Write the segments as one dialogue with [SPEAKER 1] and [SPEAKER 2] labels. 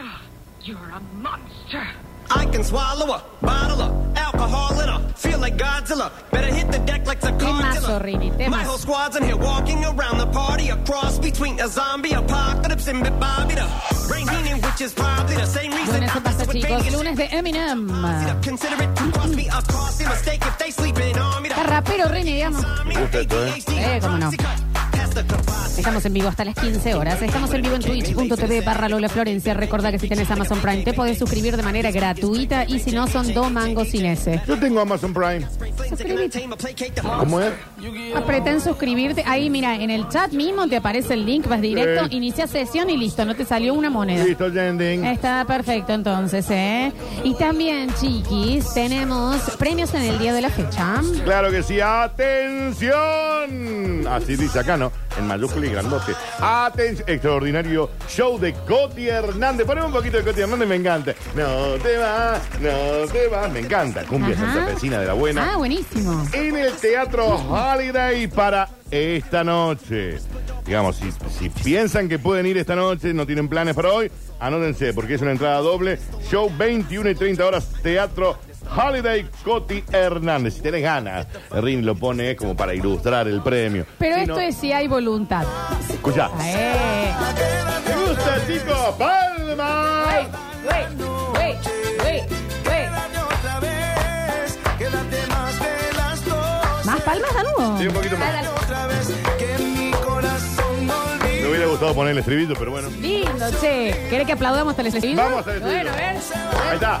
[SPEAKER 1] Ah,
[SPEAKER 2] You're a monster.
[SPEAKER 3] I can swallow a bottle of alcohol in her. Feel like Godzilla. Better hit the deck like a
[SPEAKER 1] Temazo,
[SPEAKER 3] car.
[SPEAKER 1] Rini,
[SPEAKER 3] My whole
[SPEAKER 1] temazo.
[SPEAKER 3] squad's in here walking around the party. A cross between a zombie apocalypse and Bit Bobby the Brain healing, which is probably the same reason
[SPEAKER 1] Lunes
[SPEAKER 3] I
[SPEAKER 1] se pasa,
[SPEAKER 3] mess with
[SPEAKER 1] chicos.
[SPEAKER 3] Vegas.
[SPEAKER 1] Lunes de Eminem.
[SPEAKER 3] Consider it to cost me a costly mistake if they sleeping on me.
[SPEAKER 1] Está rapero, Rini, digamos.
[SPEAKER 3] Me
[SPEAKER 4] gusta esto, ¿eh?
[SPEAKER 1] Eh, cómo no. Eh, Estamos en vivo hasta las 15 horas. Estamos en vivo en twitch.tv barra Lola Florencia. Recordá que si tenés Amazon Prime te podés suscribir de manera gratuita y si no son dos mangos sin ese.
[SPEAKER 4] Yo tengo Amazon Prime.
[SPEAKER 1] Suscribite.
[SPEAKER 4] ¿Cómo es?
[SPEAKER 1] Apretá en suscribirte. Ahí, mira, en el chat mismo te aparece el link, vas directo,
[SPEAKER 4] Sí.
[SPEAKER 1] inicia sesión y listo, no te salió una moneda.
[SPEAKER 4] Listo, el ending.
[SPEAKER 1] Está perfecto entonces, ¿eh? Y también, chiquis, tenemos premios en el día de la fecha.
[SPEAKER 4] Claro que sí, atención. Así dice acá, ¿no? En mayúscula y grandote. Atención. Extraordinario show de Coti Hernández. Poneme un poquito de Coti Hernández, me encanta. No te vas, no te vas. Me encanta. Cumbia
[SPEAKER 1] Ajá.
[SPEAKER 4] Santa Vecina de la Buena.
[SPEAKER 1] Ah, buenísimo.
[SPEAKER 4] en el Teatro Holiday para esta noche. Digamos, si, si piensan que pueden ir esta noche, no tienen planes para hoy, anótense, porque es una entrada doble. Show 21 y 30 horas, Teatro Holiday Coti Hernández. Si tenés ganas, Rin lo pone como para ilustrar el premio.
[SPEAKER 1] Pero
[SPEAKER 4] Si
[SPEAKER 1] esto
[SPEAKER 4] no-
[SPEAKER 1] es si hay voluntad.
[SPEAKER 4] Escuchá.
[SPEAKER 1] Eh.
[SPEAKER 4] ¿Te gusta, chicos? ¡Palma!
[SPEAKER 1] Wey, wey, wey, wey, wey. ¿Más palmas, Danubo?
[SPEAKER 4] Sí, un poquito más.
[SPEAKER 1] Ah, dale.
[SPEAKER 4] Me hubiera gustado poner el estribillo, pero bueno.
[SPEAKER 1] Lindo, che. ¿Querés que aplaudamos hasta el estribillo?
[SPEAKER 4] Vamos hasta el
[SPEAKER 1] Bueno, a ver.
[SPEAKER 4] Ahí está.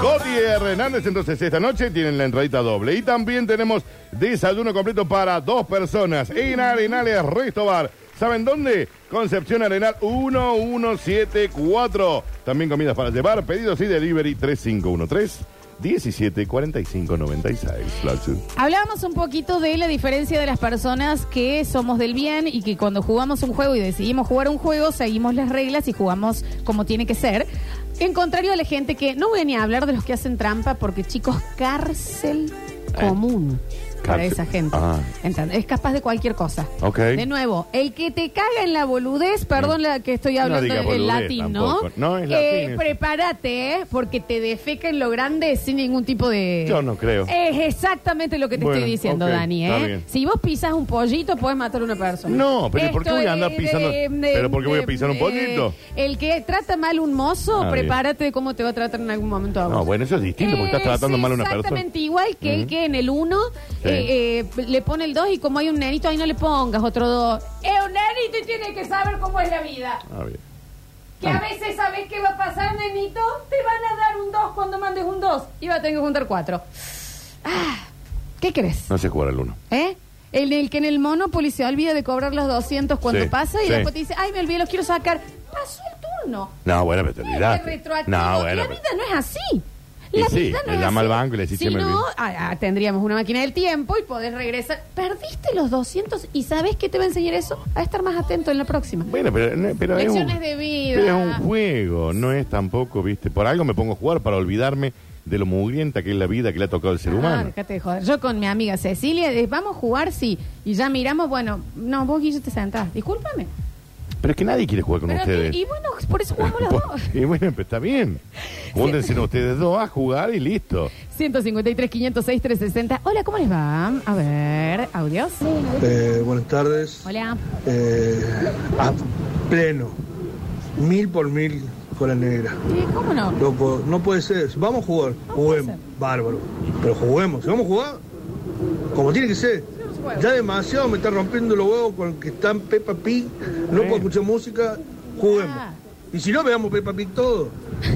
[SPEAKER 4] Cody Hernández, entonces esta noche tienen la entradita doble. Y también tenemos desayuno completo para dos personas en Arenales Restobar. ¿Saben dónde? Concepción Arenal 1174. También comidas para llevar, pedidos y delivery 3513 174596. Flaxu.
[SPEAKER 1] Hablábamos un poquito de la diferencia de las personas que somos del bien y que cuando jugamos un juego y decidimos jugar un juego, seguimos las reglas y jugamos como tiene que ser. En contrario a la gente que no voy a ni a hablar de los que hacen trampa, porque chicos, cárcel común para
[SPEAKER 4] Eh, Cárcel.
[SPEAKER 1] esa gente.
[SPEAKER 4] Ah.
[SPEAKER 1] ¿Entendés? Es capaz de cualquier cosa.
[SPEAKER 4] Ok. Mm.
[SPEAKER 1] De nuevo, el que te caga en la boludez, perdón la que estoy
[SPEAKER 4] No
[SPEAKER 1] hablando
[SPEAKER 4] diga
[SPEAKER 1] en
[SPEAKER 4] boludez
[SPEAKER 1] latín,
[SPEAKER 4] tampoco. No, es
[SPEAKER 1] Eh,
[SPEAKER 4] latín.
[SPEAKER 1] prepárate, ¿eh? porque te defeca en lo grande sin ningún tipo de...
[SPEAKER 4] Yo no creo.
[SPEAKER 1] Es exactamente lo que te
[SPEAKER 4] Bueno,
[SPEAKER 1] estoy diciendo,
[SPEAKER 4] ok,
[SPEAKER 1] Dani.
[SPEAKER 4] está
[SPEAKER 1] ¿eh?
[SPEAKER 4] bien.
[SPEAKER 1] Si vos pisas un pollito, puedes matar a una persona.
[SPEAKER 4] No, pero ¿por qué
[SPEAKER 1] Esto
[SPEAKER 4] voy a
[SPEAKER 1] es
[SPEAKER 4] andar pisando- pero ¿por qué voy a pisar un pollito?
[SPEAKER 1] el que trata mal un mozo,
[SPEAKER 4] Ah, bien.
[SPEAKER 1] prepárate de cómo te va a tratar en algún momento a vos.
[SPEAKER 4] No, bueno, eso es distinto, porque estás tratando mal a una persona.
[SPEAKER 1] Exactamente igual que el
[SPEAKER 4] Ujú.
[SPEAKER 1] que en el 1
[SPEAKER 4] Sí.
[SPEAKER 1] le pone el 2 y como hay un nenito, ahí no le pongas otro 2. Es un nenito y tiene que saber cómo es la vida.
[SPEAKER 4] Ah, bien.
[SPEAKER 1] Que a veces sabes qué va a pasar, nenito. Te van a dar un 2 cuando mandes un 2. Y va a tener que juntar 4. ¿Qué crees?
[SPEAKER 4] No sé jugar al uno.
[SPEAKER 1] ¿Eh? En el que en el Monopoly se olvida de cobrar los 200 cuando
[SPEAKER 4] Sí,
[SPEAKER 1] pasa y
[SPEAKER 4] sí.
[SPEAKER 1] después te dice, ay, me olvidé, los quiero sacar. Pasó el turno.
[SPEAKER 4] No, bueno, pero te
[SPEAKER 1] No es
[SPEAKER 4] olvidaste.
[SPEAKER 1] retroactivo.
[SPEAKER 4] No, bueno.
[SPEAKER 1] la
[SPEAKER 4] pero-
[SPEAKER 1] vida no es así.
[SPEAKER 4] Y
[SPEAKER 1] La
[SPEAKER 4] sí,
[SPEAKER 1] vida no
[SPEAKER 4] le
[SPEAKER 1] es
[SPEAKER 4] llama
[SPEAKER 1] así.
[SPEAKER 4] al banco y le dice,
[SPEAKER 1] Si
[SPEAKER 4] "Che, me
[SPEAKER 1] no,
[SPEAKER 4] olvidé".
[SPEAKER 1] ah, ah, tendríamos una máquina del tiempo y podés regresar. Perdiste los 200 y ¿sabés qué te va a enseñar eso? A estar más atento en la próxima.
[SPEAKER 4] Bueno, pero, no, pero es un,
[SPEAKER 1] Lecciones de vida.
[SPEAKER 4] pero es un juego, no es tampoco, viste. Por algo me pongo a jugar para olvidarme de lo mugrienta que es la vida que le ha tocado al ser
[SPEAKER 1] Ah,
[SPEAKER 4] humano.
[SPEAKER 1] dejate de joder. Yo con mi amiga Cecilia, eh, vamos a jugar, sí. Y ya miramos, bueno, no, vos Guillo te sentás. Discúlpame.
[SPEAKER 4] Pero es que nadie quiere jugar con
[SPEAKER 1] Pero
[SPEAKER 4] ustedes.
[SPEAKER 1] que- y bueno, por eso jugamos los dos.
[SPEAKER 4] y bueno, pero está bien. Júntense ustedes dos a jugar y listo.
[SPEAKER 1] 153, 506, 360. Hola, ¿cómo les va? A ver, audios.
[SPEAKER 5] Eh, buenas tardes.
[SPEAKER 1] Hola.
[SPEAKER 5] Eh, a pleno. Mil por mil con la negra.
[SPEAKER 1] Eh, ¿Cómo no?
[SPEAKER 5] No, po- no puede ser. Si Vamos a jugar.
[SPEAKER 1] puede
[SPEAKER 5] Juguemos. Bárbaro. Pero juguemos. Si vamos a jugar, como tiene que ser. Ya demasiado me está rompiendo los huevos con que están Peppa Pig. No puedo escuchar música. Juguemos.
[SPEAKER 1] Ah.
[SPEAKER 5] Y si no, veamos Peppa Pig todo.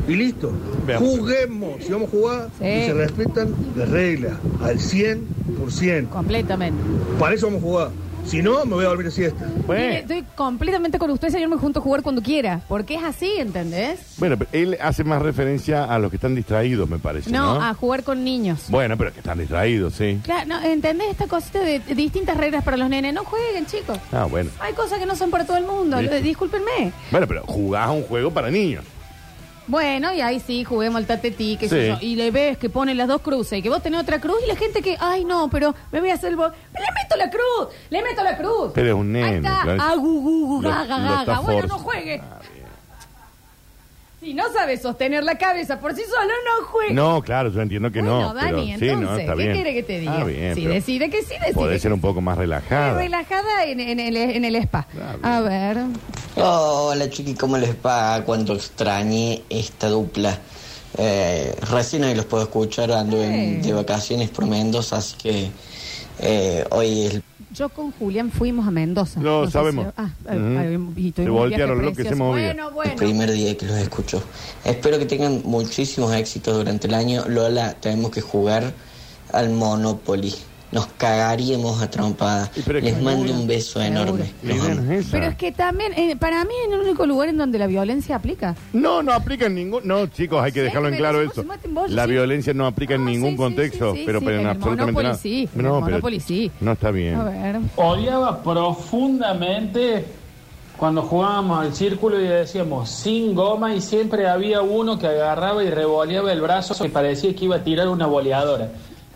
[SPEAKER 5] Y listo.
[SPEAKER 4] Veamos.
[SPEAKER 5] Juguemos. Si vamos a jugar,
[SPEAKER 1] Sí.
[SPEAKER 5] y se respetan las reglas. Al 100%.
[SPEAKER 1] Completamente.
[SPEAKER 5] Para eso vamos a jugar. Si no, me voy a dormir a siesta.
[SPEAKER 1] Mire,
[SPEAKER 4] Bueno,
[SPEAKER 1] Estoy completamente con ustedes. Yo me junto a jugar cuando quiera. Porque es así, ¿entendés?
[SPEAKER 4] bueno, pero él hace más referencia a los que están distraídos, me parece. No,
[SPEAKER 1] No, a jugar con niños.
[SPEAKER 4] Bueno, pero es que están distraídos, sí.
[SPEAKER 1] Claro, no, ¿entendés esta cosita de distintas reglas para los nenes? No jueguen, chicos.
[SPEAKER 4] Ah, bueno.
[SPEAKER 1] Hay cosas que no son para todo el mundo.
[SPEAKER 4] Listo.
[SPEAKER 1] Eh, Discúlpenme.
[SPEAKER 4] Bueno, pero jugás a un juego para niños.
[SPEAKER 1] Bueno, y ahí sí, juguemos al tatetí, que
[SPEAKER 4] Sí.
[SPEAKER 1] yo. Y le ves que pone las dos cruces y que vos tenés otra cruz y la gente que, ay, no, pero me voy a hacer el bo- Le meto la cruz, le meto la cruz.
[SPEAKER 4] Pero es un nene,
[SPEAKER 1] Ahí está,
[SPEAKER 4] claro.
[SPEAKER 1] agu, gu, gu,
[SPEAKER 4] Lo-
[SPEAKER 1] gaga,
[SPEAKER 4] lo está
[SPEAKER 1] gaga. Bueno,
[SPEAKER 4] forz-
[SPEAKER 1] no juegue. Si no sabe sostener la cabeza por sí solo, no juegue.
[SPEAKER 4] No, claro, yo entiendo que
[SPEAKER 1] bueno,
[SPEAKER 4] no. pero
[SPEAKER 1] Dani,
[SPEAKER 4] sí, no,
[SPEAKER 1] entonces,
[SPEAKER 4] está
[SPEAKER 1] ¿qué
[SPEAKER 4] bien.
[SPEAKER 1] quiere que te diga?
[SPEAKER 4] Está bien,
[SPEAKER 1] si
[SPEAKER 4] pero
[SPEAKER 1] decide que sí, decide.
[SPEAKER 4] podés
[SPEAKER 1] que
[SPEAKER 4] ser un
[SPEAKER 1] sí.
[SPEAKER 4] poco más relajada.
[SPEAKER 1] relajada en, en el, en el spa.
[SPEAKER 4] Claro.
[SPEAKER 1] A ver.
[SPEAKER 2] Hola chiqui, ¿cómo les va? Cuánto extrañé esta dupla. Eh, recién hoy los puedo escuchar, ando en-
[SPEAKER 1] Sí.
[SPEAKER 2] de vacaciones por Mendoza, así que eh, hoy es el
[SPEAKER 1] Yo con Julián fuimos a Mendoza.
[SPEAKER 4] Lo
[SPEAKER 1] sé
[SPEAKER 4] sabemos.
[SPEAKER 1] si- Ah,
[SPEAKER 4] Ujú.
[SPEAKER 1] ah, y
[SPEAKER 4] Se
[SPEAKER 1] tuvimos un
[SPEAKER 4] voltearon
[SPEAKER 1] viaje
[SPEAKER 4] lo que se
[SPEAKER 1] precioso.
[SPEAKER 4] movía.
[SPEAKER 1] Bueno,
[SPEAKER 2] el
[SPEAKER 1] bueno.
[SPEAKER 2] primer día que los escucho. Espero que tengan muchísimos éxitos durante el año. Lola, tenemos que jugar al Monopoly. Nos cagaríamos a trompadas.
[SPEAKER 4] Y pero es
[SPEAKER 2] Les
[SPEAKER 4] que-
[SPEAKER 2] mando un beso enorme.
[SPEAKER 4] La
[SPEAKER 2] Los
[SPEAKER 4] idea
[SPEAKER 2] amo.
[SPEAKER 4] no es esa.
[SPEAKER 1] Pero es que también, eh, para mí, es el único lugar en donde la violencia aplica.
[SPEAKER 4] No, no aplica en ningún. No, chicos, hay que
[SPEAKER 1] Sí,
[SPEAKER 4] dejarlo en
[SPEAKER 1] pero
[SPEAKER 4] claro
[SPEAKER 1] si vos
[SPEAKER 4] eso.
[SPEAKER 1] se maten vos,
[SPEAKER 4] La
[SPEAKER 1] sí.
[SPEAKER 4] violencia no aplica en
[SPEAKER 1] Ah,
[SPEAKER 4] ningún
[SPEAKER 1] sí, sí,
[SPEAKER 4] contexto,
[SPEAKER 1] sí, sí,
[SPEAKER 4] pero,
[SPEAKER 1] sí,
[SPEAKER 4] pero en
[SPEAKER 1] en el
[SPEAKER 4] absolutamente
[SPEAKER 1] Monopoly
[SPEAKER 4] nada.
[SPEAKER 1] sí, en el
[SPEAKER 4] no,
[SPEAKER 1] Monopoly sí.
[SPEAKER 4] No está bien.
[SPEAKER 1] A ver.
[SPEAKER 6] Odiaba profundamente cuando jugábamos al círculo y decíamos sin goma y siempre había uno que agarraba y revoleaba el brazo que parecía que iba a tirar una boleadora.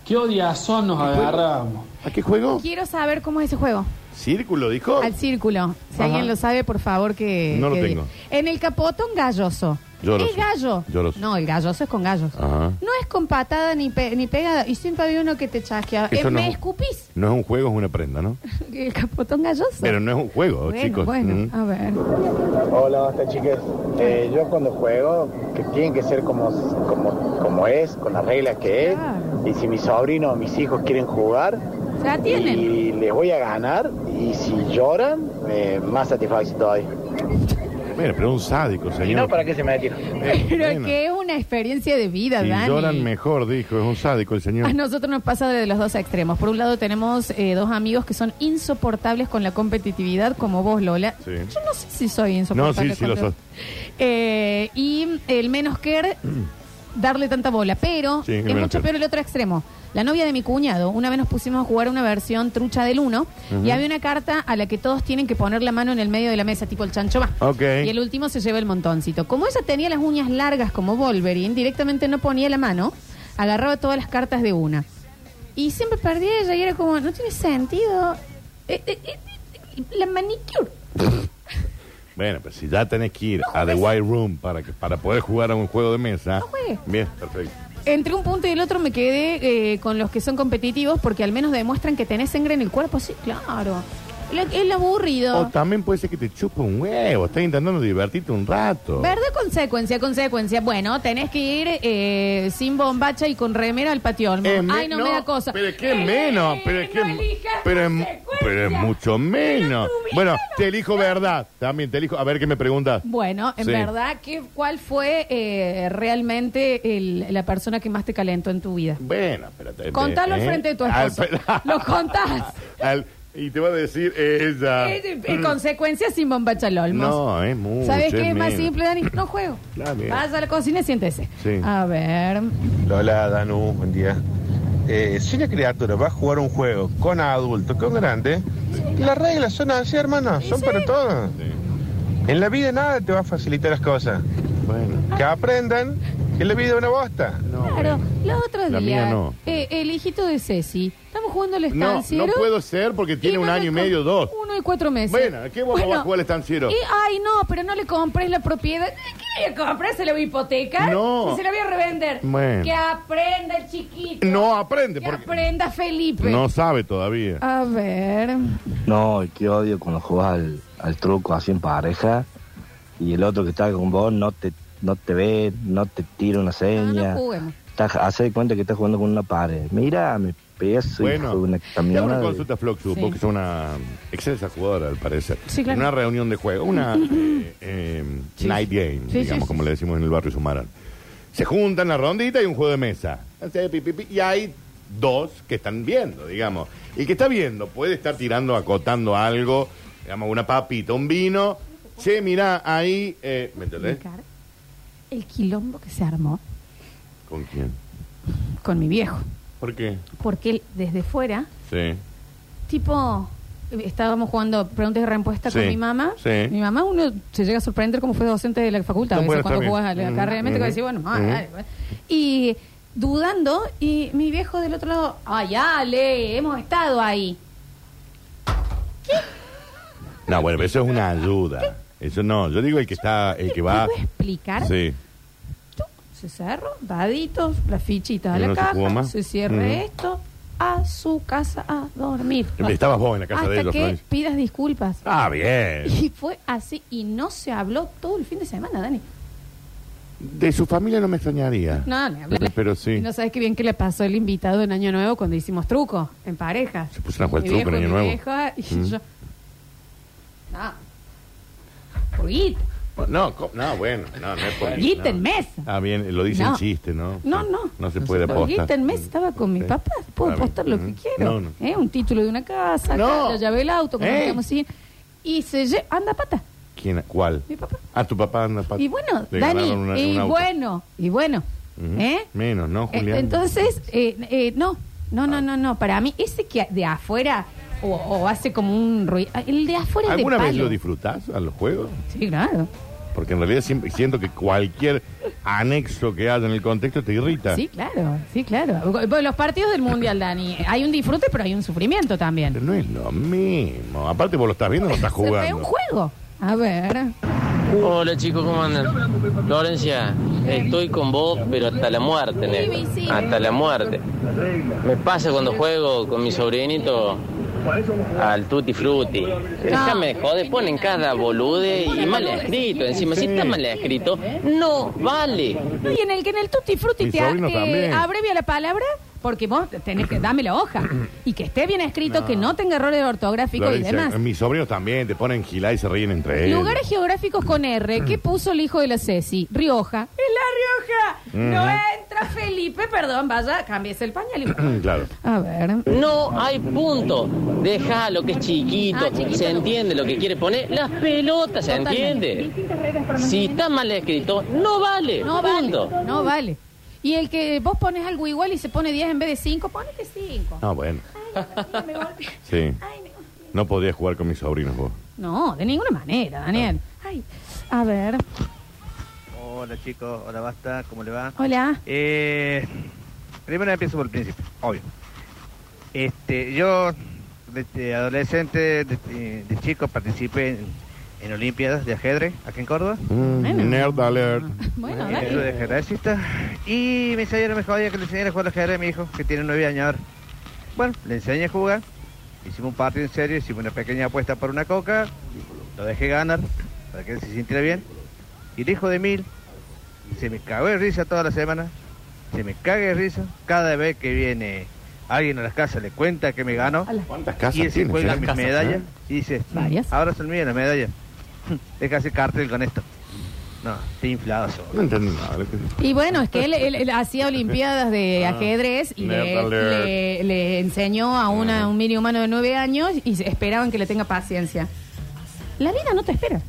[SPEAKER 6] Qué odiazón nos agarrábamos.
[SPEAKER 4] ¿A qué juego?
[SPEAKER 1] Quiero saber cómo es ese juego.
[SPEAKER 4] Círculo, dijo.
[SPEAKER 1] Al círculo. Si
[SPEAKER 4] Ajá.
[SPEAKER 1] alguien lo sabe, por favor que.
[SPEAKER 4] No lo
[SPEAKER 1] que
[SPEAKER 4] tengo.
[SPEAKER 1] diga. En el capotón galloso.
[SPEAKER 4] Lloroso.
[SPEAKER 1] ¿Es gallo?
[SPEAKER 4] Lloroso.
[SPEAKER 1] No, el galloso es con gallos.
[SPEAKER 4] Ajá.
[SPEAKER 1] No es con patada ni, pe- ni pegada. Y siempre había uno que te chasqueaba.
[SPEAKER 4] Eso
[SPEAKER 1] Eh,
[SPEAKER 4] no
[SPEAKER 1] me
[SPEAKER 4] es-
[SPEAKER 1] escupís.
[SPEAKER 4] No es un juego, es una prenda, ¿no?
[SPEAKER 1] El capotón galloso.
[SPEAKER 4] Pero no es un juego,
[SPEAKER 1] bueno,
[SPEAKER 4] chicos.
[SPEAKER 1] Bueno,
[SPEAKER 4] Mm.
[SPEAKER 1] a ver.
[SPEAKER 7] Hola, basta chiques. Eh, yo cuando juego, que tiene que ser como, como, como es, con las reglas que es.
[SPEAKER 1] Claro.
[SPEAKER 7] Y si mis sobrinos o mis hijos quieren jugar,
[SPEAKER 1] ¿Se atienden?
[SPEAKER 7] y les voy a ganar. Y si lloran, eh, más satisfacción todavía.
[SPEAKER 4] Mira, pero un sádico, señor.
[SPEAKER 7] Y no, ¿para qué se me tiran?
[SPEAKER 4] Eh,
[SPEAKER 1] Pero
[SPEAKER 4] bueno.
[SPEAKER 1] que es una experiencia de vida,
[SPEAKER 4] Si
[SPEAKER 1] Dani.
[SPEAKER 4] lloran mejor, dijo. Es un sádico el señor.
[SPEAKER 1] A nosotros nos pasa de los dos extremos. Por un lado tenemos eh, dos amigos que son insoportables con la competitividad, como vos, Lola.
[SPEAKER 4] Sí.
[SPEAKER 1] Yo no sé si soy insoportable.
[SPEAKER 4] No, sí, sí
[SPEAKER 1] con
[SPEAKER 4] lo
[SPEAKER 1] todo.
[SPEAKER 4] sos.
[SPEAKER 1] Eh, y el menos querer, darle tanta bola. Pero
[SPEAKER 4] Sí, el
[SPEAKER 1] es
[SPEAKER 4] menos er.
[SPEAKER 1] mucho
[SPEAKER 4] querer.
[SPEAKER 1] peor el otro extremo. La novia de mi cuñado, una vez nos pusimos a jugar una versión trucha del uno y había una carta a la que todos tienen que poner la mano en el medio de la mesa, tipo el chancho va.
[SPEAKER 4] Ok.
[SPEAKER 1] Y el último se lleva el montoncito. Como ella tenía las uñas largas como Wolverine, directamente no ponía la mano, agarraba todas las cartas de una. Y siempre perdía ella y era como, no tiene sentido. Eh, eh, eh, eh, la manicure.
[SPEAKER 4] Bueno, pero si ya tenés que ir a The White Room para, que, para poder jugar a un juego de mesa.
[SPEAKER 1] pues, No juegues.
[SPEAKER 4] Bien, perfecto.
[SPEAKER 1] Entre un punto y el otro me quedé eh, con los que son competitivos porque al menos demuestran que tenés sangre en el cuerpo. Sí, claro. Lo- Es lo aburrido.
[SPEAKER 4] O también puede ser que te chupa un huevo. Estás intentando divertirte un rato.
[SPEAKER 1] Verdad, consecuencia, consecuencia. Bueno, tenés que ir eh, sin bombacha y con remera al patio.
[SPEAKER 4] Es me-
[SPEAKER 1] Ay, no, me da cosa.
[SPEAKER 4] Pero es que
[SPEAKER 1] Eh,
[SPEAKER 4] es menos. Pero es
[SPEAKER 1] no
[SPEAKER 4] que.
[SPEAKER 1] elijas
[SPEAKER 4] pero, es,
[SPEAKER 1] consecuencia.
[SPEAKER 4] pero es mucho menos.
[SPEAKER 1] tuviste
[SPEAKER 4] Bueno,
[SPEAKER 1] los-
[SPEAKER 4] te elijo verdad. También te elijo. A ver qué me preguntas.
[SPEAKER 1] Bueno, en
[SPEAKER 4] Sí.
[SPEAKER 1] verdad, ¿qué, ¿cuál fue eh, realmente el- la persona que más te calentó en tu vida?
[SPEAKER 4] Bueno, espérate. ¿eh?
[SPEAKER 1] Contalo al frente de tu esposo. Lo contás.
[SPEAKER 4] Al- y te va a decir ella.
[SPEAKER 1] Eh, eh, consecuencia sin bombacha Lolmos.
[SPEAKER 4] Ah. No, uh, es mucho.
[SPEAKER 1] ¿Sabes qué es más
[SPEAKER 4] menos.
[SPEAKER 1] simple, Dani? No juego.
[SPEAKER 4] Está bien.
[SPEAKER 1] Vas a la cocina y siéntese.
[SPEAKER 4] Sí.
[SPEAKER 1] A ver.
[SPEAKER 8] Lola, Danu, buen día. Eh, si una criatura va a jugar un juego con adultos, con grandes, las reglas son así, hermano, son para todos. En la vida nada te va a facilitar las cosas.
[SPEAKER 4] Bueno.
[SPEAKER 8] Que aprendan que la vida es una bosta.
[SPEAKER 1] Claro, los otros
[SPEAKER 4] La
[SPEAKER 1] días.
[SPEAKER 4] mía no.
[SPEAKER 1] eh, el hijito de Ceci. Estamos jugando al
[SPEAKER 4] No,
[SPEAKER 1] estanciero.
[SPEAKER 4] no puedo ser porque tiene
[SPEAKER 1] Y
[SPEAKER 4] un
[SPEAKER 1] no
[SPEAKER 4] año
[SPEAKER 1] le
[SPEAKER 4] y
[SPEAKER 1] com-
[SPEAKER 4] medio, dos.
[SPEAKER 1] Uno y cuatro meses.
[SPEAKER 4] Bueno, ¿qué vos vas a jugar al estanciero?
[SPEAKER 1] Y, ay, no, pero no le compres la propiedad. ¿Qué le compras? ¿Se la voy a hipotecar?
[SPEAKER 4] No.
[SPEAKER 1] ¿Y se la voy a revender?
[SPEAKER 4] Bueno.
[SPEAKER 1] Que aprenda el chiquito.
[SPEAKER 4] No aprende
[SPEAKER 1] Que
[SPEAKER 4] porque
[SPEAKER 1] aprenda Felipe.
[SPEAKER 4] no sabe todavía.
[SPEAKER 1] A ver.
[SPEAKER 9] No, y qué odio cuando jugás al, al truco así en pareja y el otro que está con vos no te, no te ve, no te tira una
[SPEAKER 1] No,
[SPEAKER 9] seña.
[SPEAKER 1] no juguemos.
[SPEAKER 9] Está- hace de cuenta que estás jugando con una pared. Mira, me peso
[SPEAKER 4] Bueno,
[SPEAKER 9] hijo de una
[SPEAKER 4] te hago una
[SPEAKER 9] camionada.
[SPEAKER 4] consulta, Flox,
[SPEAKER 1] Sí.
[SPEAKER 4] vos que sos una excelsa jugadora, al parecer.
[SPEAKER 1] Sí, claro.
[SPEAKER 4] En una reunión de juego, una eh, eh,
[SPEAKER 1] Sí.
[SPEAKER 4] night game,
[SPEAKER 1] Sí,
[SPEAKER 4] digamos,
[SPEAKER 1] sí, sí.
[SPEAKER 4] como le decimos en el barrio Sumarán. Se juntan la rondita y un juego de mesa. Hace pi, pi, pi, Y hay dos que están viendo, digamos. El que está viendo puede estar tirando, acotando algo, digamos, una papita, un vino. Che, mirá, ahí... eh, ¿Me entendés?
[SPEAKER 1] Explicar El quilombo que se armó
[SPEAKER 4] ¿Con quién?
[SPEAKER 1] con mi viejo.
[SPEAKER 4] ¿Por qué?
[SPEAKER 1] Porque él, desde fuera,
[SPEAKER 4] Sí.
[SPEAKER 1] tipo, eh, estábamos jugando preguntas y respuestas
[SPEAKER 4] Sí,
[SPEAKER 1] con mi mamá.
[SPEAKER 4] sí.
[SPEAKER 1] Mi mamá, uno se llega a sorprender cómo fue docente de la facultad. a
[SPEAKER 4] No,
[SPEAKER 1] veces
[SPEAKER 4] bueno,
[SPEAKER 1] cuando
[SPEAKER 4] está
[SPEAKER 1] jugás a
[SPEAKER 4] bien.
[SPEAKER 1] la
[SPEAKER 4] Ujú,
[SPEAKER 1] carrera de médico,
[SPEAKER 4] ujú.
[SPEAKER 1] decís, bueno, ah,
[SPEAKER 4] Ujú.
[SPEAKER 1] dale, bueno. Y dudando, y mi viejo del otro lado, ay, Ale, hemos estado ahí.
[SPEAKER 4] No, bueno, pero eso es una ayuda. Eso no, yo digo el que está, el que va.
[SPEAKER 1] ¿Puedo explicar?
[SPEAKER 4] Sí.
[SPEAKER 1] Se cerró, daditos, las fichitas a
[SPEAKER 4] Y
[SPEAKER 1] la
[SPEAKER 4] no se jugó
[SPEAKER 1] caja,
[SPEAKER 4] más.
[SPEAKER 1] se cierra
[SPEAKER 4] Ujú.
[SPEAKER 1] esto, a su casa a dormir.
[SPEAKER 4] Estabas vos en la casa
[SPEAKER 1] Hasta
[SPEAKER 4] de ellos,
[SPEAKER 1] que
[SPEAKER 4] Florencia.
[SPEAKER 1] pidas disculpas.
[SPEAKER 4] Ah, bien.
[SPEAKER 1] Y fue así, y no se habló todo el fin de semana, Dani.
[SPEAKER 4] De su familia no me extrañaría.
[SPEAKER 1] No, ni hablar.
[SPEAKER 4] Pero sí.
[SPEAKER 1] Y no sabes qué bien que le pasó el invitado en Año Nuevo cuando hicimos truco en pareja.
[SPEAKER 4] Se pusieron a jugar
[SPEAKER 1] Mi
[SPEAKER 4] truco
[SPEAKER 1] viejo
[SPEAKER 4] en
[SPEAKER 1] y
[SPEAKER 4] Año
[SPEAKER 1] mi
[SPEAKER 4] Nuevo.
[SPEAKER 1] vieja, y
[SPEAKER 4] Mm.
[SPEAKER 1] yo. No. Juguito,
[SPEAKER 4] No, co- no, bueno, no, no es por ahí,
[SPEAKER 1] juguito
[SPEAKER 4] no.
[SPEAKER 1] en mesa.
[SPEAKER 4] Ah, bien, lo dice
[SPEAKER 1] No.
[SPEAKER 4] en chiste, ¿no?
[SPEAKER 1] No, no.
[SPEAKER 4] No se puede apostar.
[SPEAKER 1] Juguito en mesa estaba con mis
[SPEAKER 4] Sí.
[SPEAKER 1] papás. Puedo
[SPEAKER 4] Ah, bien.
[SPEAKER 1] apostar lo que
[SPEAKER 4] Mm.
[SPEAKER 1] quiero.
[SPEAKER 4] No, no.
[SPEAKER 1] ¿Eh? Un título de una casa,
[SPEAKER 4] No.
[SPEAKER 1] acá, la llave del auto, como
[SPEAKER 4] ¿Eh?
[SPEAKER 1] estamos sin. Y se lle- anda a pata,
[SPEAKER 4] ¿Quién, ¿Cuál?
[SPEAKER 1] mi papá.
[SPEAKER 4] Ah, tu papá anda pa-
[SPEAKER 1] Y bueno,
[SPEAKER 4] le
[SPEAKER 1] Dani,
[SPEAKER 4] ganaron una-
[SPEAKER 1] y
[SPEAKER 4] un auto.
[SPEAKER 1] bueno, y bueno.
[SPEAKER 4] Ujú.
[SPEAKER 1] ¿Eh?
[SPEAKER 4] Menos, ¿no,
[SPEAKER 1] Eh,
[SPEAKER 4] Oh, Julián?
[SPEAKER 1] Entonces, eh, eh, no, no, no, no, no. Para mí, ese que de afuera o, o hace como un ruido. ah, El de afuera es de
[SPEAKER 4] ¿Alguna
[SPEAKER 1] palo.
[SPEAKER 4] vez lo disfrutás a los juegos?
[SPEAKER 1] Sí, claro.
[SPEAKER 4] Porque en realidad siempre- siento que cualquier anexo que haya en el contexto te irrita.
[SPEAKER 1] Sí, claro, sí, claro. Bueno, los partidos del Mundial, Dani, hay un disfrute, pero hay un sufrimiento
[SPEAKER 4] Pero
[SPEAKER 1] también.
[SPEAKER 4] no es lo mismo. Aparte vos lo estás viendo, no estás
[SPEAKER 1] Se ve un
[SPEAKER 4] jugando.
[SPEAKER 1] juego. A ver.
[SPEAKER 10] Hola chicos, ¿cómo andan? Florencia, estoy con vos, pero hasta la muerte, nene. Hasta la muerte. Me pasa cuando juego con mi sobrinito al tutti frutti. Déjame de joder, ponen cada bolude y mal escrito. Encima, si está mal escrito, no vale.
[SPEAKER 1] No, y en el que en el tutti frutti
[SPEAKER 4] Mi
[SPEAKER 1] te, a-
[SPEAKER 4] sobrino
[SPEAKER 1] te
[SPEAKER 4] también.
[SPEAKER 1] abrevia la palabra, porque vos tenés que dame la hoja. Y que esté bien escrito, que no tenga errores ortográficos y
[SPEAKER 4] Florencia,
[SPEAKER 1] demás.
[SPEAKER 4] Mis sobrinos también te ponen gilá y se ríen entre ellos.
[SPEAKER 1] Lugares geográficos con R. ¿Qué puso el hijo de la Ceci? Rioja. ¡Es la Rioja! No entra Felipe, perdón, vaya, cámbiese el pañal.
[SPEAKER 4] Claro.
[SPEAKER 1] A ver.
[SPEAKER 10] No hay punto. Deja lo que es chiquito.
[SPEAKER 1] Ah, chiquito.
[SPEAKER 10] Se entiende lo que quiere poner. Las pelotas, ¿se
[SPEAKER 1] Totalmente.
[SPEAKER 10] entiende? Si está mal escrito, no vale.
[SPEAKER 1] No vale.
[SPEAKER 10] Punto.
[SPEAKER 1] No vale. Y el que vos pones algo igual y se pone 10 en vez de 5, ponete 5.
[SPEAKER 4] No, bueno. Sí. No podías jugar con mis sobrinos vos.
[SPEAKER 1] No, de ninguna manera, Daniel. Ay, a ver.
[SPEAKER 11] Hola chicos, hola basta, ¿cómo le va?
[SPEAKER 1] Hola.
[SPEAKER 11] Eh, primero empiezo por el principio, obvio. Este, yo de, de adolescente, de, de- de chico participé en, en Olimpiadas de ajedrez aquí en Córdoba,
[SPEAKER 4] Mm,
[SPEAKER 1] Bueno.
[SPEAKER 4] Nerd alert.
[SPEAKER 1] Bueno,
[SPEAKER 11] en el
[SPEAKER 1] dale.
[SPEAKER 11] club de ajedrecista, y mi señora me jodía que le enseñara a jugar al ajedrez a mi hijo, que tiene nueve años ahora. Bueno, le enseñé a jugar, hicimos un partido en serio, hicimos una pequeña apuesta por una coca, lo dejé ganar para que él se sintiera bien. Y el hijo de Mil se me cagó de risa toda la semana, se me caga de risa. Cada vez que viene alguien a las casas le cuenta que me ganó
[SPEAKER 4] ¿Cuántas casas
[SPEAKER 11] y él se
[SPEAKER 4] tienes?
[SPEAKER 11] cuelga
[SPEAKER 4] eh?
[SPEAKER 11] mis medallas y dice,
[SPEAKER 1] Varias.
[SPEAKER 11] ahora son mías las medallas. Deja hacer cartel con esto. No, estoy inflado. solo.
[SPEAKER 4] No entendí nada. lo que dijo.
[SPEAKER 1] Y bueno, es que él, él- él hacía olimpiadas de
[SPEAKER 4] Ah,
[SPEAKER 1] ajedrez y
[SPEAKER 4] nerd
[SPEAKER 1] le,
[SPEAKER 4] alert.
[SPEAKER 1] le- le enseñó a una, un mini humano de nueve años y se- esperaban que le tenga paciencia. La vida no te espera.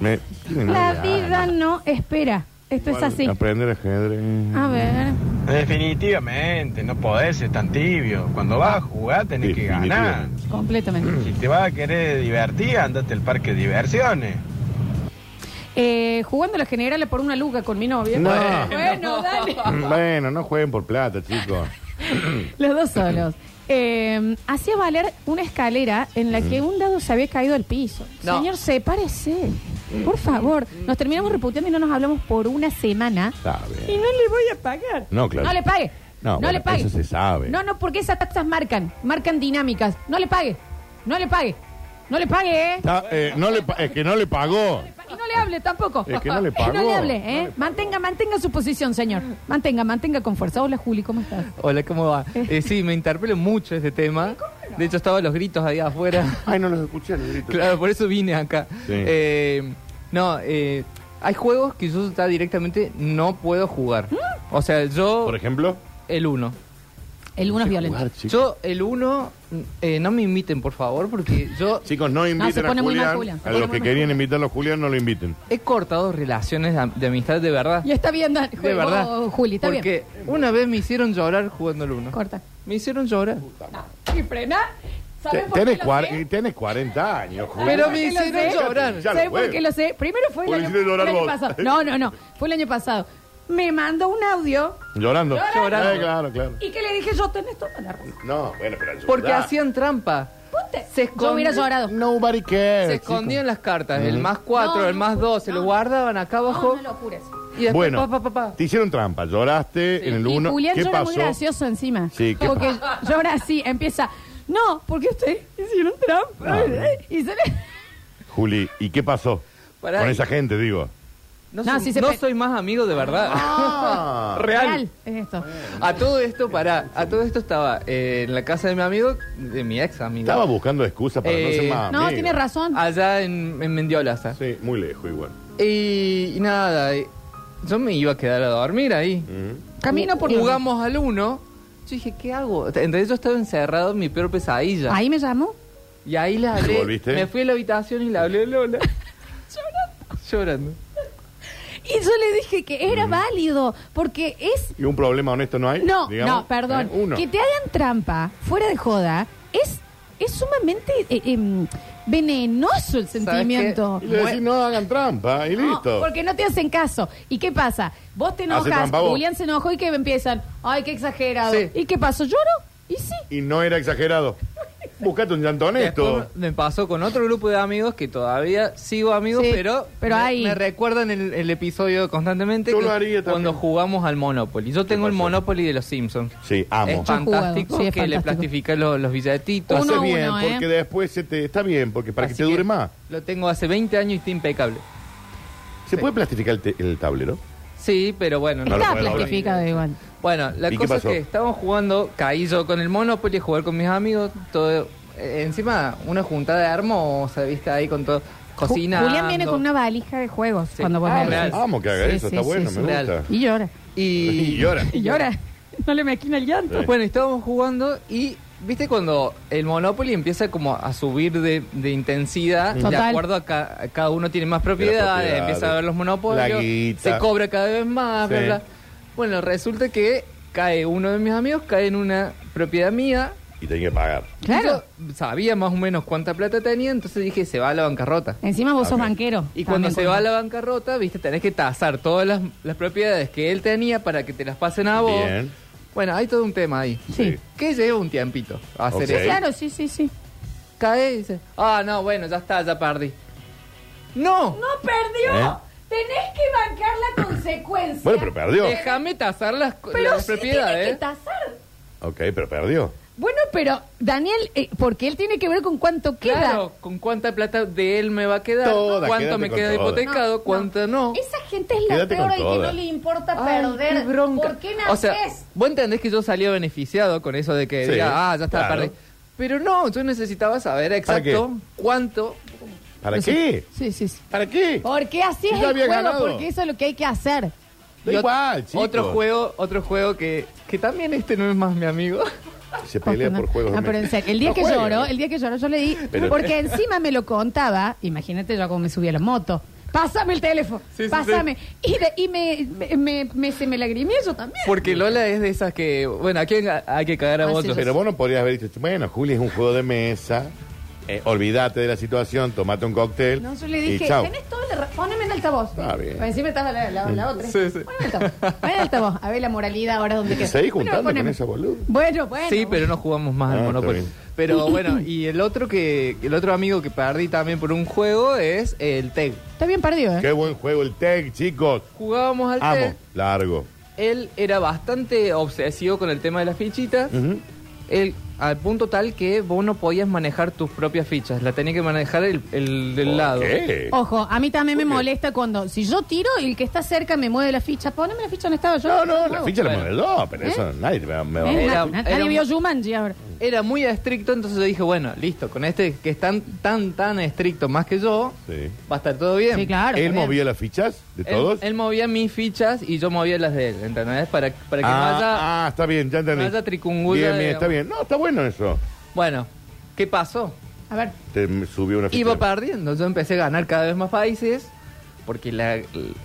[SPEAKER 4] Me- tiene
[SPEAKER 1] La
[SPEAKER 4] nueve
[SPEAKER 1] vida
[SPEAKER 4] años.
[SPEAKER 1] no espera. Esto es así. Ah.
[SPEAKER 4] Aprender ajedrez.
[SPEAKER 1] A ver.
[SPEAKER 8] Definitivamente, no podés ser tan tibio. Cuando vas a jugar tenés que ganar.
[SPEAKER 4] Definitivamente.
[SPEAKER 1] Completamente.
[SPEAKER 8] Si te vas a querer divertir, andate al parque de diversiones.
[SPEAKER 1] Eh, jugando la general por una luga con mi novia.
[SPEAKER 4] No.
[SPEAKER 1] Bueno, dale.
[SPEAKER 4] Bueno, no jueguen por plata, chicos.
[SPEAKER 1] Los dos solos. Eh, hacía valer una escalera en la que un dado se había caído al piso.
[SPEAKER 10] No.
[SPEAKER 1] Señor, sepárese.
[SPEAKER 4] Mm.
[SPEAKER 1] Por favor. Nos terminamos reputeando y no nos hablamos por una semana.
[SPEAKER 4] Está
[SPEAKER 1] Y
[SPEAKER 4] bien.
[SPEAKER 1] no le voy a pagar.
[SPEAKER 4] No, claro.
[SPEAKER 1] No le pague.
[SPEAKER 4] No,
[SPEAKER 1] No,
[SPEAKER 4] bueno,
[SPEAKER 1] le pague.
[SPEAKER 4] eso se sabe.
[SPEAKER 1] No, no, porque esas taxas marcan. Marcan dinámicas. No le pague. No le pague. No le pague, ¿eh?
[SPEAKER 4] Está- eh, no le pa- es que no le pagó.
[SPEAKER 1] Y no le hable tampoco.
[SPEAKER 4] Es que no le
[SPEAKER 1] Y no
[SPEAKER 4] pagó.
[SPEAKER 1] le hable, ¿eh? Mantenga, mantenga su posición, señor. Mantenga, mantenga con fuerza. Hola, Juli, ¿cómo estás?
[SPEAKER 10] Hola, ¿cómo va? Eh, sí, me interpelo mucho este tema. De hecho, estaban los gritos allá afuera.
[SPEAKER 4] Ay, no los escuché, los gritos.
[SPEAKER 10] Claro, por eso vine acá.
[SPEAKER 4] Sí.
[SPEAKER 10] Eh, no, eh, hay juegos que yo ya directamente no puedo jugar. O sea, yo
[SPEAKER 4] Por ejemplo,
[SPEAKER 10] el 1.
[SPEAKER 1] El uno es violento.
[SPEAKER 4] jugar, chicos.
[SPEAKER 10] Yo el 1, no me inviten, por favor, porque yo
[SPEAKER 4] Chicos, no inviten
[SPEAKER 1] se pone
[SPEAKER 4] a
[SPEAKER 1] muy mal,
[SPEAKER 4] Julián.
[SPEAKER 1] Julián, se
[SPEAKER 4] A
[SPEAKER 1] pone
[SPEAKER 4] los
[SPEAKER 1] muy
[SPEAKER 4] que
[SPEAKER 1] mal.
[SPEAKER 4] querían invitarlo a Julián, no lo inviten.
[SPEAKER 10] he cortado relaciones de, am- de amistad de verdad.
[SPEAKER 1] Y está bien, Dan-
[SPEAKER 10] De verdad.
[SPEAKER 1] Oh, Juli, está bien.
[SPEAKER 10] porque una vez me hicieron llorar jugando el 1.
[SPEAKER 1] Corta.
[SPEAKER 10] Me hicieron llorar.
[SPEAKER 1] Y frena. ¿Sabes por
[SPEAKER 4] Tenés,
[SPEAKER 1] qué lo
[SPEAKER 4] cuar-
[SPEAKER 1] sé?
[SPEAKER 4] y tenés 40 años, Juan.
[SPEAKER 1] ¿Sabes por qué lo sé?
[SPEAKER 4] Ya
[SPEAKER 1] ¿Sabes
[SPEAKER 4] lo
[SPEAKER 1] por
[SPEAKER 4] juego.
[SPEAKER 1] qué lo sé? Primero fue el
[SPEAKER 4] Porque
[SPEAKER 1] año,
[SPEAKER 4] hiciste llorar
[SPEAKER 1] el año
[SPEAKER 4] vos.
[SPEAKER 1] pasado. No, no, no. Fue el año pasado. Me mandó un audio
[SPEAKER 4] Llorando.
[SPEAKER 1] Llorando.
[SPEAKER 4] Eh, claro, claro.
[SPEAKER 1] y que le dije yo tenés toda la razón.
[SPEAKER 4] No, bueno, pero ayudá.
[SPEAKER 12] Porque hacían trampa. Se escond-
[SPEAKER 1] Yo hubiera llorado.
[SPEAKER 4] Nobody cares.
[SPEAKER 12] Se escondían las cartas, el
[SPEAKER 4] Mm.
[SPEAKER 12] más 4,
[SPEAKER 1] No,
[SPEAKER 12] el
[SPEAKER 1] no,
[SPEAKER 12] más 2, se lo guardaban acá abajo.
[SPEAKER 1] No, no locura.
[SPEAKER 12] Y después,
[SPEAKER 4] Bueno.
[SPEAKER 12] pa, pa, pa, pa.
[SPEAKER 4] Te hicieron trampa, lloraste en el
[SPEAKER 1] Y
[SPEAKER 4] 1.
[SPEAKER 1] Julián
[SPEAKER 4] ¿Qué
[SPEAKER 1] llora
[SPEAKER 4] pasó?
[SPEAKER 1] muy gracioso encima.
[SPEAKER 4] Sí, ¿qué
[SPEAKER 1] Porque llora así, empieza. No, porque ustedes hicieron trampa.
[SPEAKER 4] Ah,
[SPEAKER 1] Y se le-
[SPEAKER 4] Juli, ¿y qué pasó?
[SPEAKER 12] Pará.
[SPEAKER 4] Con esa gente, digo.
[SPEAKER 12] No,
[SPEAKER 1] No,
[SPEAKER 12] soy,
[SPEAKER 1] sí se
[SPEAKER 12] no
[SPEAKER 1] pe-
[SPEAKER 12] soy más amigo de verdad.
[SPEAKER 4] Ah.
[SPEAKER 12] Real.
[SPEAKER 1] Es esto.
[SPEAKER 12] A todo esto, pará. A todo esto estaba eh, en la casa de mi amigo, de mi ex amigo.
[SPEAKER 4] Estaba buscando excusas para no
[SPEAKER 12] Eh,
[SPEAKER 4] ser más
[SPEAKER 1] No,
[SPEAKER 4] amigo.
[SPEAKER 1] tiene razón.
[SPEAKER 12] Allá en, en Mendiolaza.
[SPEAKER 4] Sí, muy lejos igual.
[SPEAKER 12] Y, y nada, eh, yo me iba a quedar a dormir ahí.
[SPEAKER 4] Mm.
[SPEAKER 1] Camino por la-
[SPEAKER 12] Jugamos al uno. Yo dije, ¿qué hago? Entonces yo estaba encerrado en mi peor pesadilla.
[SPEAKER 1] Ahí me llamó.
[SPEAKER 12] Y ahí la
[SPEAKER 4] ¿Te
[SPEAKER 12] hablé.
[SPEAKER 4] volviste?
[SPEAKER 12] Me fui a la habitación y la hablé a Lola. Llorando.
[SPEAKER 1] Y yo le dije que
[SPEAKER 4] Mm.
[SPEAKER 1] era válido, porque es...
[SPEAKER 4] ¿Y un problema honesto no hay?
[SPEAKER 1] No,
[SPEAKER 4] digamos?
[SPEAKER 1] no, perdón.
[SPEAKER 4] Eh, Uno.
[SPEAKER 1] Que te hagan trampa, fuera de joda, es, es sumamente eh, em, venenoso el sentimiento.
[SPEAKER 4] Y le decís, no hagan trampa, y
[SPEAKER 1] No,
[SPEAKER 4] listo.
[SPEAKER 1] porque no te hacen caso. ¿Y qué pasa? Vos te
[SPEAKER 4] Hace
[SPEAKER 1] enojas,
[SPEAKER 4] trampa vos.
[SPEAKER 1] Julián se enojó y que empiezan, ay, qué exagerado.
[SPEAKER 12] Sí.
[SPEAKER 1] ¿Y qué pasó? ¿Lloro? Y sí.
[SPEAKER 4] Y no era exagerado. Buscate un llanto honesto.
[SPEAKER 12] Después me pasó con otro grupo de amigos que todavía sigo amigos,
[SPEAKER 1] Sí,
[SPEAKER 12] pero,
[SPEAKER 1] pero
[SPEAKER 12] me,
[SPEAKER 1] ahí.
[SPEAKER 12] me recuerdan el, el episodio constantemente
[SPEAKER 4] Yo
[SPEAKER 12] que-
[SPEAKER 4] lo haría también.
[SPEAKER 12] cuando jugamos al Monopoly. Yo tengo el
[SPEAKER 4] pasó?
[SPEAKER 12] Monopoly de los Simpsons.
[SPEAKER 4] Sí, amo.
[SPEAKER 12] Es fantástico
[SPEAKER 1] jugado, sí, es
[SPEAKER 12] que le
[SPEAKER 1] fantástico.
[SPEAKER 12] plastifica lo- los billetitos.
[SPEAKER 1] Uno a
[SPEAKER 4] Hace
[SPEAKER 1] uno,
[SPEAKER 4] bien,
[SPEAKER 1] ¿eh?
[SPEAKER 4] porque después se te... Está bien, porque para
[SPEAKER 12] Así
[SPEAKER 4] que te dure
[SPEAKER 12] que
[SPEAKER 4] más.
[SPEAKER 12] Lo tengo hace 20 años y está impecable.
[SPEAKER 4] ¿Se
[SPEAKER 12] sí.
[SPEAKER 4] puede plastificar el, te- el tablero?
[SPEAKER 12] Sí, pero bueno.
[SPEAKER 4] No lo
[SPEAKER 1] Está
[SPEAKER 4] puedo hablar.
[SPEAKER 1] plastificado igual.
[SPEAKER 12] Bueno, la
[SPEAKER 4] ¿Y qué
[SPEAKER 12] cosa es
[SPEAKER 4] pasó?
[SPEAKER 12] que estábamos jugando, caí yo con el Monopoly, jugar con mis amigos, todo. eh, encima, una juntada hermosa, ¿viste? Ahí con todo. Cocina.
[SPEAKER 1] Ju- Julián viene con una valija de juegos
[SPEAKER 12] Sí.
[SPEAKER 1] cuando vos
[SPEAKER 12] Ah,
[SPEAKER 1] le
[SPEAKER 12] real.
[SPEAKER 1] decís.
[SPEAKER 4] Amo que haga
[SPEAKER 1] Sí,
[SPEAKER 4] eso,
[SPEAKER 1] sí,
[SPEAKER 4] está
[SPEAKER 1] sí,
[SPEAKER 4] bueno,
[SPEAKER 1] sí.
[SPEAKER 4] me
[SPEAKER 12] real.
[SPEAKER 4] gusta.
[SPEAKER 1] Y llora.
[SPEAKER 12] Y.
[SPEAKER 4] Y llora.
[SPEAKER 1] Y llora. No le me quina el llanto.
[SPEAKER 4] Sí.
[SPEAKER 12] Bueno, estábamos jugando y. ¿Viste cuando el Monopoly empieza como a subir de, de intensidad? De
[SPEAKER 1] Total.
[SPEAKER 12] acuerdo a, ca- a cada uno tiene más propiedades,
[SPEAKER 4] propiedades,
[SPEAKER 12] empieza a ver los
[SPEAKER 4] la
[SPEAKER 12] monopolios,
[SPEAKER 4] guita.
[SPEAKER 12] se cobra cada vez más, bla,
[SPEAKER 4] Sí.
[SPEAKER 12] bla. Bueno, resulta que cae uno de mis amigos, cae en una propiedad mía,
[SPEAKER 4] Y tenés que pagar.
[SPEAKER 1] Claro.
[SPEAKER 12] Yo sabía más o menos cuánta plata tenía, entonces dije, se va a la bancarrota.
[SPEAKER 1] Encima vos sos
[SPEAKER 4] Ok.
[SPEAKER 1] banquero.
[SPEAKER 12] Y cuando
[SPEAKER 1] También
[SPEAKER 12] se va a la bancarrota, viste, tenés que tasar todas las, las propiedades que él tenía para que te las pasen a vos.
[SPEAKER 4] Bien.
[SPEAKER 12] Bueno, hay todo un tema ahí.
[SPEAKER 1] Sí.
[SPEAKER 12] Que lleva un tiempito a hacer
[SPEAKER 4] Ok.
[SPEAKER 12] eso.
[SPEAKER 1] Claro, sí, sí, sí.
[SPEAKER 12] Cae y dice, ah, no, bueno, ya está, ya perdí. ¡No!
[SPEAKER 1] No perdió.
[SPEAKER 4] ¿Eh?
[SPEAKER 1] Tenés que bancar la consecuencia.
[SPEAKER 4] Bueno, pero perdió.
[SPEAKER 12] Déjame tasar las,
[SPEAKER 1] Pero ¿eh?
[SPEAKER 12] las
[SPEAKER 1] sí
[SPEAKER 12] propiedades.
[SPEAKER 1] tiene que tasar.
[SPEAKER 4] Ok, pero perdió.
[SPEAKER 1] Bueno, pero Daniel, eh, porque él tiene que ver con cuánto queda.
[SPEAKER 12] Claro, con cuánta plata de él me va a quedar,
[SPEAKER 4] Toda,
[SPEAKER 12] cuánto
[SPEAKER 4] quédate
[SPEAKER 12] me
[SPEAKER 4] con
[SPEAKER 12] queda
[SPEAKER 4] toda.
[SPEAKER 12] hipotecado, cuánto no.
[SPEAKER 1] Esa gente es la
[SPEAKER 4] Quédate
[SPEAKER 1] peor
[SPEAKER 4] con
[SPEAKER 1] al que
[SPEAKER 4] toda.
[SPEAKER 1] no le importa
[SPEAKER 12] Ay,
[SPEAKER 1] perder.
[SPEAKER 12] qué bronca.
[SPEAKER 1] ¿Por qué
[SPEAKER 12] O sea,
[SPEAKER 1] nacés?
[SPEAKER 12] vos entendés que yo salía beneficiado con eso de que
[SPEAKER 4] Sí,
[SPEAKER 12] diga, ah, ya está,
[SPEAKER 4] claro.
[SPEAKER 12] perdí. Pero no, yo necesitaba saber
[SPEAKER 4] qué?
[SPEAKER 12] exacto cuánto.
[SPEAKER 4] ¿Para
[SPEAKER 12] No sé.
[SPEAKER 4] qué?
[SPEAKER 1] Sí, sí, sí.
[SPEAKER 4] ¿Para qué?
[SPEAKER 1] Porque así
[SPEAKER 4] Si
[SPEAKER 1] es
[SPEAKER 4] ya
[SPEAKER 1] el
[SPEAKER 4] había
[SPEAKER 1] juego,
[SPEAKER 4] ganado.
[SPEAKER 1] porque eso es lo que hay que hacer.
[SPEAKER 4] Da
[SPEAKER 12] Y ot-
[SPEAKER 4] igual, chicos.
[SPEAKER 12] Otro juego, otro juego que, que también este no es más mi amigo.
[SPEAKER 4] Se pelea por juegos.
[SPEAKER 1] No, Ah, pero en serio, el día
[SPEAKER 4] No
[SPEAKER 1] que
[SPEAKER 4] jueguen.
[SPEAKER 1] lloró, el día que lloró, yo le di,
[SPEAKER 4] Pero-
[SPEAKER 1] porque encima me lo contaba, imagínate yo cómo me subí a la moto. Pásame el teléfono,
[SPEAKER 12] Sí, sí,
[SPEAKER 1] pásame. Y, de- y me, me, me, me- se me lagrimé yo también.
[SPEAKER 12] Porque Lola es de esas que, bueno, ¿a quién a- hay que cagar a
[SPEAKER 1] Ah, sí,
[SPEAKER 12] otros?
[SPEAKER 4] Pero vos no podrías haber dicho, bueno, Juli es un juego de mesa, eh, olvídate de la situación, tomate un cóctel.
[SPEAKER 1] No, yo le
[SPEAKER 4] y
[SPEAKER 1] dije,
[SPEAKER 4] chau.
[SPEAKER 1] tenés todo el... ra- Poneme en altavoz.
[SPEAKER 4] Está bien.
[SPEAKER 1] Pues encima estaba la, la, la otra.
[SPEAKER 12] Sí, sí.
[SPEAKER 1] Poneme en altavoz. Poneme en altavoz. A ver la moralidad ahora donde queda.
[SPEAKER 4] Seguí
[SPEAKER 1] Bueno,
[SPEAKER 4] juntando con
[SPEAKER 1] poneme.
[SPEAKER 4] esa boludo.
[SPEAKER 1] Bueno, bueno.
[SPEAKER 12] Sí, pero no jugamos más
[SPEAKER 4] Ah,
[SPEAKER 12] al
[SPEAKER 4] está
[SPEAKER 12] Monopoly.
[SPEAKER 4] bien.
[SPEAKER 12] Pero bueno, y el otro que el otro amigo que perdí también por un juego es el TEG.
[SPEAKER 1] Está bien perdido, ¿eh?
[SPEAKER 4] Qué buen juego el tech, chicos.
[SPEAKER 12] Jugábamos al TEG.
[SPEAKER 4] Amo, largo.
[SPEAKER 12] Él era bastante obsesivo con el tema de las fichitas.
[SPEAKER 4] Ujú.
[SPEAKER 12] Él, al punto tal que vos no podías manejar tus propias fichas, la tenías que manejar el, el del
[SPEAKER 4] ¿Por
[SPEAKER 12] lado.
[SPEAKER 4] qué?
[SPEAKER 1] Ojo, a mí también me
[SPEAKER 4] ¿Por qué?
[SPEAKER 1] molesta cuando, si yo tiro, el que está cerca me mueve la ficha. Poneme la ficha donde estaba yo.
[SPEAKER 4] No, no, la ficha la
[SPEAKER 12] Bueno.
[SPEAKER 4] modeló, pero eso nadie me va- me va a
[SPEAKER 1] ¿Eh?
[SPEAKER 12] Era-
[SPEAKER 1] Na- na-
[SPEAKER 12] era
[SPEAKER 1] Nadie
[SPEAKER 12] un-
[SPEAKER 1] vio Jumanji ahora.
[SPEAKER 12] Era muy estricto, entonces yo dije, bueno, listo, con este que es tan, tan, tan estricto más que yo,
[SPEAKER 4] Sí.
[SPEAKER 12] va a estar todo bien.
[SPEAKER 1] Sí, claro.
[SPEAKER 4] ¿Él
[SPEAKER 1] está bien.
[SPEAKER 4] movía las fichas de
[SPEAKER 12] Él-
[SPEAKER 4] todos?
[SPEAKER 12] Él, movía mis fichas y yo movía las de él, ¿entendés? Para, para que no haya...
[SPEAKER 4] ah, ah, está bien, ya entendí.
[SPEAKER 12] no haya tricungulla,
[SPEAKER 4] Bien, bien,
[SPEAKER 12] digamos.
[SPEAKER 4] está bien. No, está bueno eso.
[SPEAKER 12] Bueno, ¿qué pasó?
[SPEAKER 1] A ver,
[SPEAKER 4] Te me subió una ficha.
[SPEAKER 12] Iba perdiendo, yo empecé a ganar cada vez más países, porque la,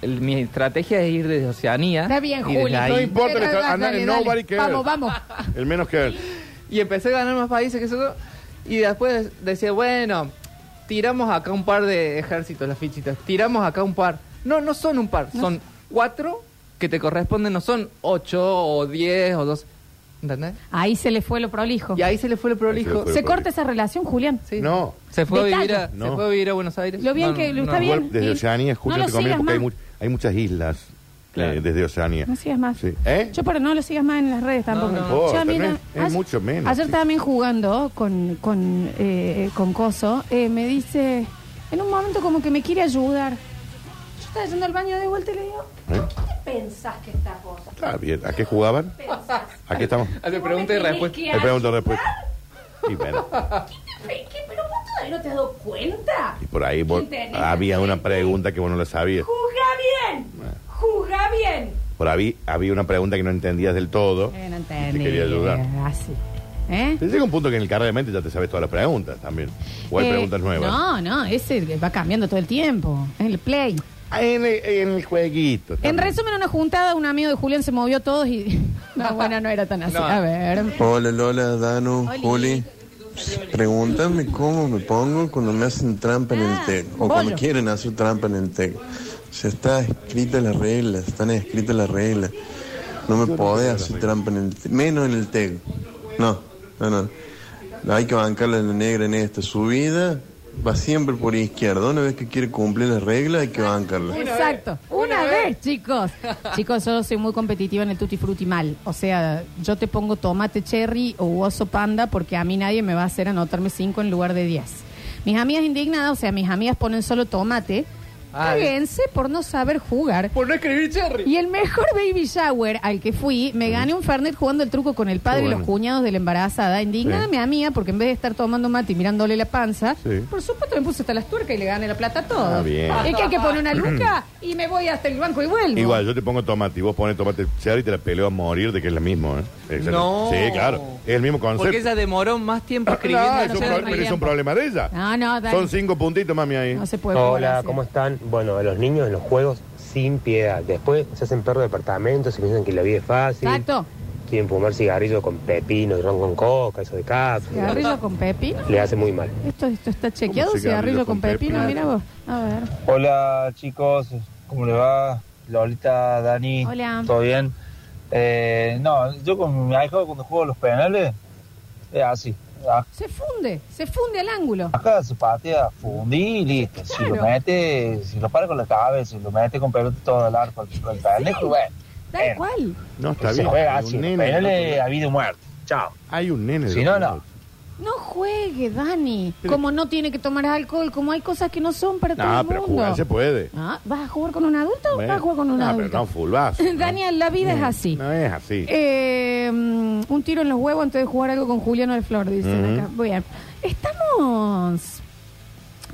[SPEAKER 12] el- mi estrategia es ir desde Oceanía.
[SPEAKER 1] está bien,
[SPEAKER 12] y desde
[SPEAKER 1] Juli.
[SPEAKER 12] ahí-
[SPEAKER 4] No importa,
[SPEAKER 1] Dale,
[SPEAKER 4] le está-
[SPEAKER 1] dale, dale.
[SPEAKER 4] andale, nobody cares.
[SPEAKER 1] Vamos, vamos.
[SPEAKER 4] El menos que él.
[SPEAKER 12] Y empecé a ganar más países que eso. Y después decía, bueno, tiramos acá un par de ejércitos, las fichitas. Tiramos acá un par. No, no son un par, son cuatro que te corresponden, no son ocho o diez o dos. ¿Entendés?
[SPEAKER 1] Ahí se le fue lo prolijo.
[SPEAKER 12] Y ahí se le fue lo prolijo.
[SPEAKER 1] ¿Se corta esa relación, Julián?
[SPEAKER 4] No.
[SPEAKER 12] Se fue, a vivir
[SPEAKER 1] Detalla.
[SPEAKER 12] a,
[SPEAKER 4] No.
[SPEAKER 12] se fue a vivir a Buenos Aires.
[SPEAKER 1] Lo bien que- lo está bien.
[SPEAKER 4] Igual, Desde
[SPEAKER 1] Y-
[SPEAKER 4] Oceanía es
[SPEAKER 1] no
[SPEAKER 4] Julián
[SPEAKER 1] lo
[SPEAKER 4] te conviene
[SPEAKER 1] sigas
[SPEAKER 4] porque hay,
[SPEAKER 1] más.
[SPEAKER 4] mu- hay muchas islas eh, desde Oceanía.
[SPEAKER 1] No sigas más.
[SPEAKER 4] Sí. ¿Eh?
[SPEAKER 1] Yo, pero no lo sigas más en las redes tampoco.
[SPEAKER 4] no. Oh,
[SPEAKER 1] Yo,
[SPEAKER 4] también
[SPEAKER 1] mira,
[SPEAKER 4] es mucho menos,
[SPEAKER 1] Ayer
[SPEAKER 4] sí.
[SPEAKER 1] también jugando con, con, eh, con Coso, eh, me dice, en un momento como que me quiere ayudar. Yo estaba yendo al baño de vuelta y le digo,
[SPEAKER 4] ¿Eh?
[SPEAKER 1] ¿qué pensás que estás vos?
[SPEAKER 4] Está bien. ¿A qué jugaban?
[SPEAKER 1] ¿Pensás?
[SPEAKER 4] Aquí estamos.
[SPEAKER 12] Hace pregunta y
[SPEAKER 1] tenés
[SPEAKER 12] respuesta.
[SPEAKER 1] que
[SPEAKER 4] Le pregunto después. Y bueno,
[SPEAKER 1] ¿Qué, qué- pero vos todavía no te has dado cuenta?
[SPEAKER 4] y por ahí vos-
[SPEAKER 1] Internet.
[SPEAKER 4] había una pregunta que vos no la sabías.
[SPEAKER 1] ¡Juzga bien! ¡Juzga bien!
[SPEAKER 4] Por ahí había una pregunta que no entendías del todo.
[SPEAKER 1] Eh, no
[SPEAKER 4] Y te quería ayudar.
[SPEAKER 1] Así. ¿Eh?
[SPEAKER 4] Pero llega un punto que en el carrera de mente ya te sabes todas las preguntas también. O hay
[SPEAKER 1] Eh,
[SPEAKER 4] preguntas nuevas.
[SPEAKER 1] No, no, ese va cambiando todo el tiempo. En el play.
[SPEAKER 4] Ah, En el, en el jueguito.
[SPEAKER 1] En
[SPEAKER 4] también.
[SPEAKER 1] resumen, una juntada, un amigo de Julián se movió todos y. No, bueno, no era tan así.
[SPEAKER 13] No.
[SPEAKER 1] A ver.
[SPEAKER 13] Hola Lola, Danu, Juli. Pregúntame cómo me pongo cuando me hacen trampa en el
[SPEAKER 4] Eh,
[SPEAKER 13] TEC o cuando
[SPEAKER 1] bollo.
[SPEAKER 13] quieren hacer trampa en el TEC. Se está escrita las reglas, están escritas las reglas. No me podés hacer trampa en el TEC, menos en el TEC. No, no, no. Hay que bancarla en la negra en esta. Subida va siempre por izquierda. Una vez que quiere cumplir las reglas, hay que bancarla.
[SPEAKER 1] Exacto. Una, vez, chicos. chicos, yo soy muy competitiva en el tutti frutti mal. O sea, yo te pongo tomate cherry o oso panda porque a mí nadie me va a hacer anotarme 5 en lugar de 10. Mis amigas indignadas, o sea, mis amigas ponen solo tomate.
[SPEAKER 12] Ay.
[SPEAKER 1] Cáguense por no saber jugar.
[SPEAKER 12] Por no escribir cherry.
[SPEAKER 1] Y el mejor baby shower al que fui, me gané un Fernet jugando el truco con el padre
[SPEAKER 4] Qué
[SPEAKER 1] y los
[SPEAKER 4] bueno.
[SPEAKER 1] cuñados de la embarazada. Indignada
[SPEAKER 4] Sí.
[SPEAKER 1] mi amiga, porque en vez de estar tomando mate y mirándole la panza,
[SPEAKER 4] Sí.
[SPEAKER 1] por supuesto me puse hasta las tuercas y le gané la plata a todos.
[SPEAKER 4] Ah, bien.
[SPEAKER 1] Es que hay que poner una luca y me voy hasta el banco y vuelvo.
[SPEAKER 4] Igual, yo te pongo tomate y vos pones tomate cherry y te la peleo a morir de que es la misma. ¿eh? Exacto.
[SPEAKER 12] No.
[SPEAKER 4] Sí, claro. Es el mismo concepto. Ah,
[SPEAKER 12] Porque ella demoró más tiempo escribiendo.
[SPEAKER 4] No,
[SPEAKER 12] el
[SPEAKER 4] es un
[SPEAKER 12] cherry.
[SPEAKER 4] pro- pero es un problema de ella.
[SPEAKER 1] No, no, dale.
[SPEAKER 4] Son cinco puntitos, mami, ahí.
[SPEAKER 1] No se puede jugar
[SPEAKER 14] Hola,
[SPEAKER 1] así.
[SPEAKER 14] ¿cómo están? Bueno, los niños en los juegos sin piedad. Después se hacen perro de departamento, se piensan que la vida es fácil.
[SPEAKER 1] Exacto.
[SPEAKER 14] Quieren fumar cigarrillo con pepino y ron con coca, eso de casa.
[SPEAKER 1] Cigarrillo con pepino.
[SPEAKER 14] Le hace muy mal.
[SPEAKER 1] Esto, esto está chequeado,
[SPEAKER 14] ¿Cómo
[SPEAKER 1] cigarrillo,
[SPEAKER 14] cigarrillo con
[SPEAKER 1] con pepino,
[SPEAKER 14] pepino?
[SPEAKER 1] mira vos. A ver.
[SPEAKER 15] Hola chicos, ¿cómo le va? Lolita, Dani.
[SPEAKER 1] Hola.
[SPEAKER 15] ¿Todo bien? Eh, no, yo con mi hijo cuando juego los penales, es así.
[SPEAKER 1] Se funde, se funde al ángulo.
[SPEAKER 14] Ah,
[SPEAKER 15] Acá se patea, fundí y listo. Si lo
[SPEAKER 1] Claro.
[SPEAKER 15] mete, si lo para con la cabeza, si lo mete con pelota todo el arco, con el pendejo, bueno.
[SPEAKER 1] Tal cual.
[SPEAKER 4] No, está
[SPEAKER 15] Se
[SPEAKER 4] bien.
[SPEAKER 15] juega
[SPEAKER 4] Hay un
[SPEAKER 15] así, los
[SPEAKER 4] nene del
[SPEAKER 15] penales
[SPEAKER 4] otro
[SPEAKER 15] a vida o muerte. Chao.
[SPEAKER 4] Hay un nene.
[SPEAKER 15] Si no, no.
[SPEAKER 1] No juegue, Dani. Como no tiene que tomar alcohol, como hay cosas que no son para todo
[SPEAKER 4] No,
[SPEAKER 1] el mundo.
[SPEAKER 4] pero jugar se puede.
[SPEAKER 1] Ah, ¿Vas a jugar con un adulto o
[SPEAKER 4] Bueno.
[SPEAKER 1] vas a jugar con un
[SPEAKER 4] No,
[SPEAKER 1] adulto?
[SPEAKER 4] pero no fulbazo, ¿no? Mm,
[SPEAKER 1] Daniel, la vida es así.
[SPEAKER 4] No es así.
[SPEAKER 1] Eh, mm, un tiro en los huevos antes de jugar algo con Juliano del Flor, dicen
[SPEAKER 4] Ujú.
[SPEAKER 1] acá. Bien. Estamos.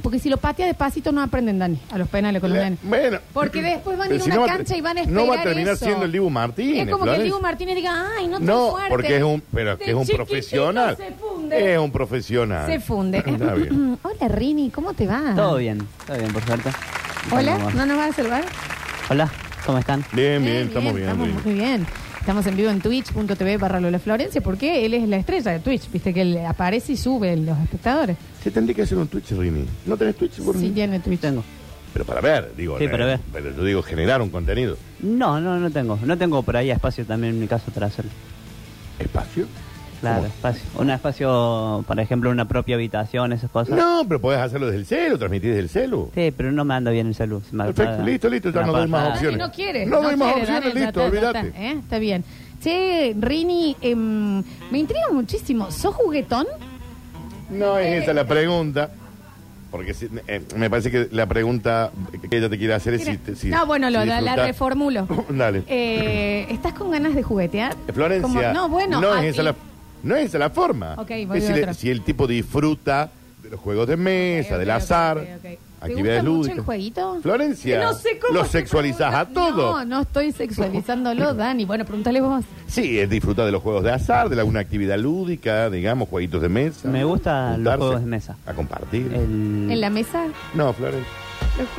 [SPEAKER 1] Porque si lo patea despacito no aprenden, Dani, a los penales colombianos.
[SPEAKER 4] Bueno.
[SPEAKER 1] Porque después van a ir
[SPEAKER 4] Pero
[SPEAKER 1] a
[SPEAKER 4] si
[SPEAKER 1] una
[SPEAKER 4] no va a
[SPEAKER 1] cancha
[SPEAKER 4] ter-
[SPEAKER 1] y van a esperar.
[SPEAKER 4] No va a terminar
[SPEAKER 1] eso.
[SPEAKER 4] siendo el Dibu Martínez.
[SPEAKER 1] Es como que el
[SPEAKER 4] Flores.
[SPEAKER 1] Dibu Martínez diga, ay, no tengo
[SPEAKER 4] No,
[SPEAKER 1] suerte.
[SPEAKER 4] porque es un, pero que
[SPEAKER 1] De
[SPEAKER 4] es un
[SPEAKER 1] chiquitito
[SPEAKER 4] profesional.
[SPEAKER 1] se funde.
[SPEAKER 4] Es un profesional.
[SPEAKER 1] Se funde.
[SPEAKER 4] Está bien.
[SPEAKER 1] Hola, Rini, ¿cómo te va?
[SPEAKER 16] Todo bien, todo bien, por suerte.
[SPEAKER 1] Hola,
[SPEAKER 16] ¿Cómo va?
[SPEAKER 1] ¿no nos vas a salvar?
[SPEAKER 16] Hola, ¿cómo están?
[SPEAKER 4] Bien,
[SPEAKER 1] Bien, bien, Estamos muy bien. Estamos en vivo en twitch.tv barra Lola Florencia porque él es la estrella de Twitch. Viste que él aparece y sube los espectadores.
[SPEAKER 4] Te tendría que hacer un Twitch, Rini. ¿No tenés Twitch? por
[SPEAKER 1] Sí,
[SPEAKER 4] mí?
[SPEAKER 1] tiene Twitch.
[SPEAKER 4] Pero para ver, digo.
[SPEAKER 16] Sí,
[SPEAKER 4] eh,
[SPEAKER 16] para ver.
[SPEAKER 4] Pero yo digo generar un contenido.
[SPEAKER 16] No, no, no tengo. No tengo por ahí espacio también en mi caso para hacerlo.
[SPEAKER 4] ¿Espacio?
[SPEAKER 16] Claro, espacio. Un espacio, por ejemplo, una propia habitación, esas cosas.
[SPEAKER 4] No, pero podés hacerlo desde el celu, transmitir desde el celu.
[SPEAKER 16] Sí, pero no me anda bien el celular.
[SPEAKER 4] Perfecto, listo, listo, ya no doy más
[SPEAKER 1] Dani,
[SPEAKER 4] opciones.
[SPEAKER 1] no quiere.
[SPEAKER 4] No doy más
[SPEAKER 1] quiere,
[SPEAKER 4] opciones,
[SPEAKER 1] Dani, ya
[SPEAKER 4] listo,
[SPEAKER 1] está, ya está,
[SPEAKER 4] olvídate.
[SPEAKER 1] ¿eh? Está bien. Che, Rini, em, me intriga muchísimo. ¿Sos juguetón?
[SPEAKER 4] No
[SPEAKER 1] Eh,
[SPEAKER 4] es esa la pregunta. Porque si- eh, me parece que la pregunta que ella te quiere hacer es si, te- si-
[SPEAKER 1] no, Ah, bueno, lo,
[SPEAKER 4] si
[SPEAKER 1] la, la
[SPEAKER 4] disfrutás-
[SPEAKER 1] reformulo.
[SPEAKER 4] Dale.
[SPEAKER 1] Eh, ¿Estás con ganas de juguetear?
[SPEAKER 4] Eh, Florencia.
[SPEAKER 1] Como- no, bueno. ah,
[SPEAKER 4] No
[SPEAKER 1] a
[SPEAKER 4] es, esa
[SPEAKER 1] ti.
[SPEAKER 4] la, no es esa la forma.
[SPEAKER 1] Ok,
[SPEAKER 4] Es
[SPEAKER 1] volví
[SPEAKER 4] si, le-
[SPEAKER 1] otra.
[SPEAKER 4] si el tipo disfruta de los juegos de mesa, del azar,
[SPEAKER 1] ¿Te
[SPEAKER 4] actividades
[SPEAKER 1] gusta mucho
[SPEAKER 4] lúdicas.
[SPEAKER 1] el jueguito?
[SPEAKER 4] Florencia,
[SPEAKER 1] No sé cómo
[SPEAKER 4] lo
[SPEAKER 1] se
[SPEAKER 4] sexualizás a todo.
[SPEAKER 1] No, no estoy sexualizándolo, Dani. Bueno, pregúntale vos.
[SPEAKER 4] Sí, es disfrutar de los juegos de azar, de alguna actividad lúdica, digamos, jueguitos de mesa.
[SPEAKER 16] Me gustan los
[SPEAKER 4] Juntarse
[SPEAKER 16] juegos de mesa.
[SPEAKER 4] A compartir.
[SPEAKER 1] ¿En la mesa?
[SPEAKER 4] No, Florencia.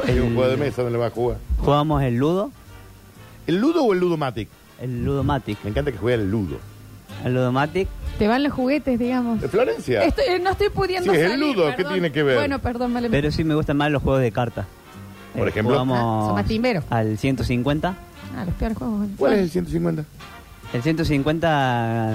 [SPEAKER 4] Es un juego de mesa donde vas a jugar.
[SPEAKER 16] Jugamos el Ludo.
[SPEAKER 4] ¿El Ludo o el Ludomatic?
[SPEAKER 16] El Ludomatic.
[SPEAKER 4] Me encanta que juegue el Ludo.
[SPEAKER 16] El Ludomatic.
[SPEAKER 1] Te van los juguetes, digamos.
[SPEAKER 4] ¿De Florencia?
[SPEAKER 1] Estoy- eh, no estoy pudiendo
[SPEAKER 4] Sí, es el
[SPEAKER 1] salir,
[SPEAKER 4] ludo, ¿qué
[SPEAKER 1] perdón.
[SPEAKER 4] tiene que ver?
[SPEAKER 1] Bueno, perdón, me lo
[SPEAKER 16] Pero sí me gustan más los juegos de cartas. Eh,
[SPEAKER 4] Por ejemplo.
[SPEAKER 1] Ah, son más timberos.
[SPEAKER 16] al 150.
[SPEAKER 1] Ah, los peores juegos.
[SPEAKER 4] ¿Cuál es el 150?
[SPEAKER 16] El 150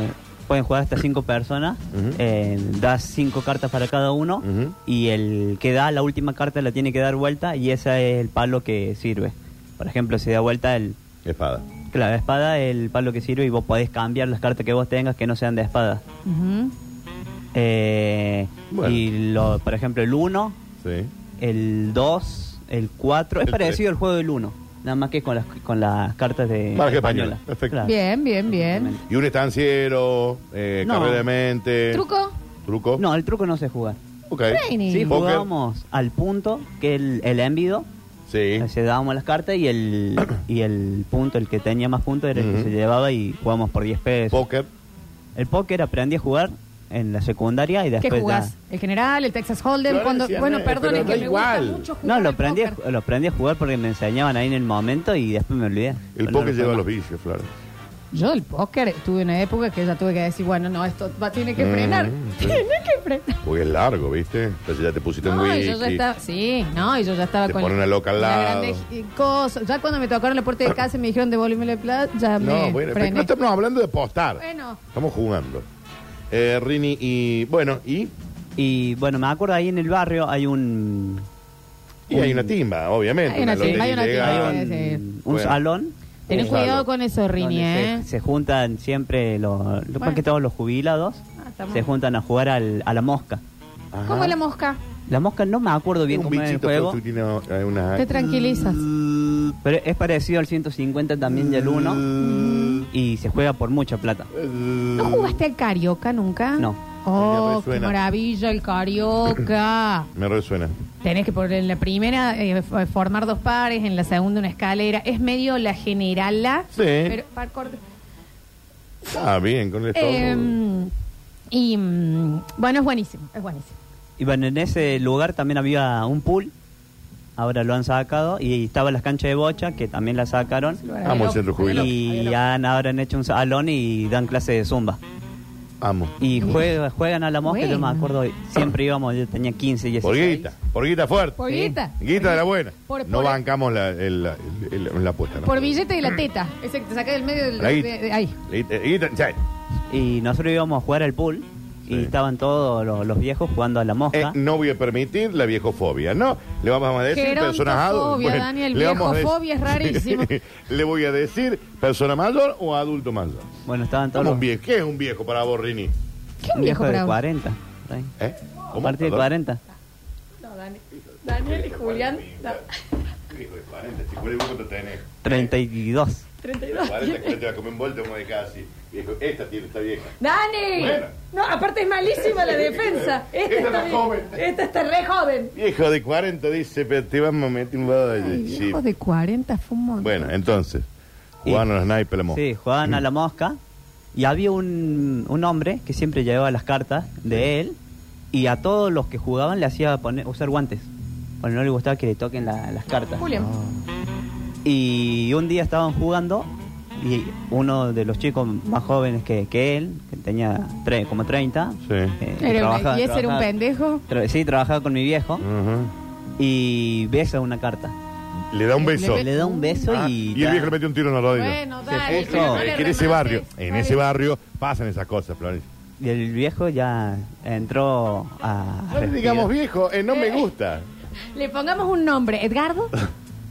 [SPEAKER 16] pueden jugar hasta 5 personas. eh, das 5 cartas para cada uno. Y el que da la última carta la tiene que dar vuelta. Y ese es el palo que sirve. Por ejemplo, si da vuelta el.
[SPEAKER 4] Espada.
[SPEAKER 16] Claro, espada es el palo que sirve. Y vos podés cambiar las cartas que vos tengas que no sean de espada.
[SPEAKER 1] Ujú.
[SPEAKER 16] Eh, Y lo, por ejemplo, el 1, el 2, el 4. Es
[SPEAKER 4] El
[SPEAKER 16] parecido al juego del 1, nada más que con las, con las cartas de
[SPEAKER 4] Marca española, perfecto.
[SPEAKER 16] Claro.
[SPEAKER 1] Bien, bien, bien.
[SPEAKER 4] Y un estanciero, eh,
[SPEAKER 16] No.
[SPEAKER 4] carrera de mente.
[SPEAKER 1] ¿Truco?
[SPEAKER 4] ¿Truco?
[SPEAKER 16] No, el truco no se juega.
[SPEAKER 4] Ok.
[SPEAKER 1] Training.
[SPEAKER 16] Sí,
[SPEAKER 4] Oh. Póker.
[SPEAKER 16] jugábamos al punto, que el, el émbido.
[SPEAKER 4] Sí.
[SPEAKER 16] Se dábamos las cartas y el, y el punto, el que tenía más puntos era el que se llevaba y jugábamos por 10 pesos.
[SPEAKER 4] ¿Póker?
[SPEAKER 16] El póker aprendí a jugar en la secundaria y después
[SPEAKER 1] ¿Qué
[SPEAKER 16] ya-
[SPEAKER 1] jugás? ¿El general? ¿El Texas Hold'em?
[SPEAKER 16] Florencia,
[SPEAKER 1] Cuando,
[SPEAKER 16] no,
[SPEAKER 4] eh,
[SPEAKER 1] bueno,
[SPEAKER 16] pero
[SPEAKER 1] perdón, es
[SPEAKER 16] da
[SPEAKER 1] que me
[SPEAKER 16] igual.
[SPEAKER 1] gusta mucho jugar.
[SPEAKER 16] No, lo aprendí, a, ju- lo aprendí a jugar porque me enseñaban ahí en el momento y después me olvidé.
[SPEAKER 4] El
[SPEAKER 16] Pero no lo
[SPEAKER 4] póker lleva
[SPEAKER 16] juego
[SPEAKER 4] los
[SPEAKER 16] más.
[SPEAKER 4] vicios, Flor.
[SPEAKER 1] Yo el póker tuve una época que ya tuve que decir, bueno, no, esto va, tiene que
[SPEAKER 4] Mm,
[SPEAKER 1] frenar.
[SPEAKER 4] sí.
[SPEAKER 1] Tiene que frenar.
[SPEAKER 4] Porque es largo, ¿viste? Entonces ya te pusiste un
[SPEAKER 1] No, y
[SPEAKER 4] whisky.
[SPEAKER 1] yo ya estaba, sí, no, y yo ya estaba
[SPEAKER 4] Te
[SPEAKER 1] con
[SPEAKER 4] pone una loca al
[SPEAKER 1] la
[SPEAKER 4] lado.
[SPEAKER 1] grande gi- cosa. Ya cuando me tocaron la puerta de casa y me dijeron devolverme la plata, ya
[SPEAKER 4] No,
[SPEAKER 1] me
[SPEAKER 4] bueno, pero no
[SPEAKER 1] frené.
[SPEAKER 4] estamos hablando de postar.
[SPEAKER 1] Bueno.
[SPEAKER 4] Estamos jugando. Eh, Rini, y bueno, ¿y?
[SPEAKER 16] Y bueno, me acuerdo ahí en el barrio hay un...
[SPEAKER 4] Y hay una timba, obviamente.
[SPEAKER 1] Hay una timba, hay una timba,
[SPEAKER 4] lotería.
[SPEAKER 1] sí, sí.
[SPEAKER 16] un
[SPEAKER 4] Bueno.
[SPEAKER 16] salón.
[SPEAKER 1] Tenés
[SPEAKER 16] un
[SPEAKER 1] cuidado
[SPEAKER 16] salón
[SPEAKER 1] con eso, Rini,
[SPEAKER 16] donde
[SPEAKER 1] ¿eh?
[SPEAKER 16] se, se juntan siempre los... Lo, más
[SPEAKER 1] Bueno.
[SPEAKER 16] que todos los jubilados
[SPEAKER 1] Ah, estamos-
[SPEAKER 16] se juntan a jugar al- a la mosca.
[SPEAKER 1] ¿Cómo es la mosca?
[SPEAKER 16] La mosca no me acuerdo bien
[SPEAKER 4] un
[SPEAKER 16] cómo es el
[SPEAKER 4] bichito
[SPEAKER 16] juego.
[SPEAKER 4] que tiene eh, una...
[SPEAKER 1] Te tranquilizas.
[SPEAKER 16] Pero es parecido al 150 también del
[SPEAKER 4] Mm.
[SPEAKER 16] 1. Y se juega por mucha plata.
[SPEAKER 1] ¿No jugaste al carioca nunca?
[SPEAKER 16] No.
[SPEAKER 1] Oh,
[SPEAKER 4] Me
[SPEAKER 1] qué
[SPEAKER 4] resuena.
[SPEAKER 1] maravilla el carioca.
[SPEAKER 4] Me resuena.
[SPEAKER 1] Tenés que por en la primera eh, f- formar dos pares, en la segunda una escalera. Es medio la generala.
[SPEAKER 4] Sí.
[SPEAKER 1] Pero, par corto.
[SPEAKER 4] Ah, bien, con el estómago.
[SPEAKER 1] Em, y mm, bueno, es buenísimo, es buenísimo.
[SPEAKER 16] Y bueno, en ese lugar también había un pool. Ahora lo han sacado. Y estaban las canchas de bocha, que también las sacaron.
[SPEAKER 4] Amo el loco, centro jubilado.
[SPEAKER 16] Y han, ahora han hecho un salón y dan clases de zumba.
[SPEAKER 4] Amo.
[SPEAKER 16] Y juega- juegan a la mosca, yo me
[SPEAKER 1] Bueno.
[SPEAKER 16] acuerdo, siempre íbamos, yo tenía 15, 16.
[SPEAKER 4] Por guita, por guita fuerte.
[SPEAKER 1] Por guita.
[SPEAKER 4] Guita de la buena.
[SPEAKER 1] Por-
[SPEAKER 4] no
[SPEAKER 1] por-
[SPEAKER 4] bancamos la, el- la- el- la apuesta, ¿no?
[SPEAKER 1] Por billete de la teta, ese que te saca del medio del.
[SPEAKER 16] La guita.
[SPEAKER 1] de- de- ahí.
[SPEAKER 4] Guita, guita, sí.
[SPEAKER 16] Y nosotros íbamos a jugar al pool y estaban todos los, los viejos jugando a la
[SPEAKER 4] Eh,
[SPEAKER 16] mosca.
[SPEAKER 4] no voy a permitir la viejofobia, ¿no? Le vamos a decir personas adultas.
[SPEAKER 1] Gerontofobia,
[SPEAKER 4] Bueno,
[SPEAKER 1] Daniel,
[SPEAKER 4] le vamos a decir-
[SPEAKER 1] viejofobia es rarísimo.
[SPEAKER 4] le voy a decir persona mayor o adulto mayor.
[SPEAKER 16] Bueno, estaban todos
[SPEAKER 4] Somos
[SPEAKER 16] los
[SPEAKER 4] un viejo. ¿Qué es un viejo para vos, Rini?
[SPEAKER 1] ¿Qué un viejo
[SPEAKER 16] viejos de
[SPEAKER 1] bravo?
[SPEAKER 16] 40. por ahí.
[SPEAKER 4] ¿Eh?
[SPEAKER 16] A partir de
[SPEAKER 4] Perdón.
[SPEAKER 16] 40.
[SPEAKER 1] No, Dani- Daniel y Julián. da-
[SPEAKER 4] Viejo de 40, si fuera viejo, te tenés.
[SPEAKER 16] 32.
[SPEAKER 1] 32.
[SPEAKER 4] 40, 40, te va a comer un vuelto como de casi. Viejo, esta tiene, está vieja.
[SPEAKER 1] ¡Dani!
[SPEAKER 4] Bueno.
[SPEAKER 1] No, aparte es malísima la defensa. Esta
[SPEAKER 4] Esta
[SPEAKER 1] está
[SPEAKER 4] está
[SPEAKER 1] bien.
[SPEAKER 4] joven.
[SPEAKER 1] Esta está re joven.
[SPEAKER 4] Viejo de 40 dice, pero te vamos a meter un vado de chip.
[SPEAKER 1] Hijo de 40 fue un montón.
[SPEAKER 4] Bueno, entonces, jugaron a los naipes la mosca.
[SPEAKER 16] Sí, jugaban a la mosca. Y había un, un hombre que siempre llevaba las cartas de él. Y a todos los que jugaban le hacía poner, usar guantes. Bueno, no le gustaba que le toquen la- las cartas.
[SPEAKER 1] Julián.
[SPEAKER 16] Y un día estaban jugando. Y uno de los chicos más jóvenes que, que él, que tenía tre- como 30,
[SPEAKER 4] eh,
[SPEAKER 16] que
[SPEAKER 1] Era un-
[SPEAKER 16] trabajaba-
[SPEAKER 1] y ese era un
[SPEAKER 16] trabajaba-
[SPEAKER 1] pendejo.
[SPEAKER 16] Tra- sí, trabajaba con mi viejo. Y besa una carta.
[SPEAKER 4] Le da un beso.
[SPEAKER 16] Le, da un beso
[SPEAKER 4] Ah,
[SPEAKER 16] y.
[SPEAKER 4] el viejo le metió un tiro en la rodilla.
[SPEAKER 1] Bueno,
[SPEAKER 16] Se
[SPEAKER 1] dale,
[SPEAKER 16] puso-
[SPEAKER 1] pero no le
[SPEAKER 4] Eh, que en ese
[SPEAKER 1] remates.
[SPEAKER 4] barrio, en ese barrio pasan esas cosas, Florencia.
[SPEAKER 16] y el viejo ya entró a.
[SPEAKER 4] No le digamos viejo, eh, no me gusta.
[SPEAKER 1] Le pongamos un nombre. Edgardo.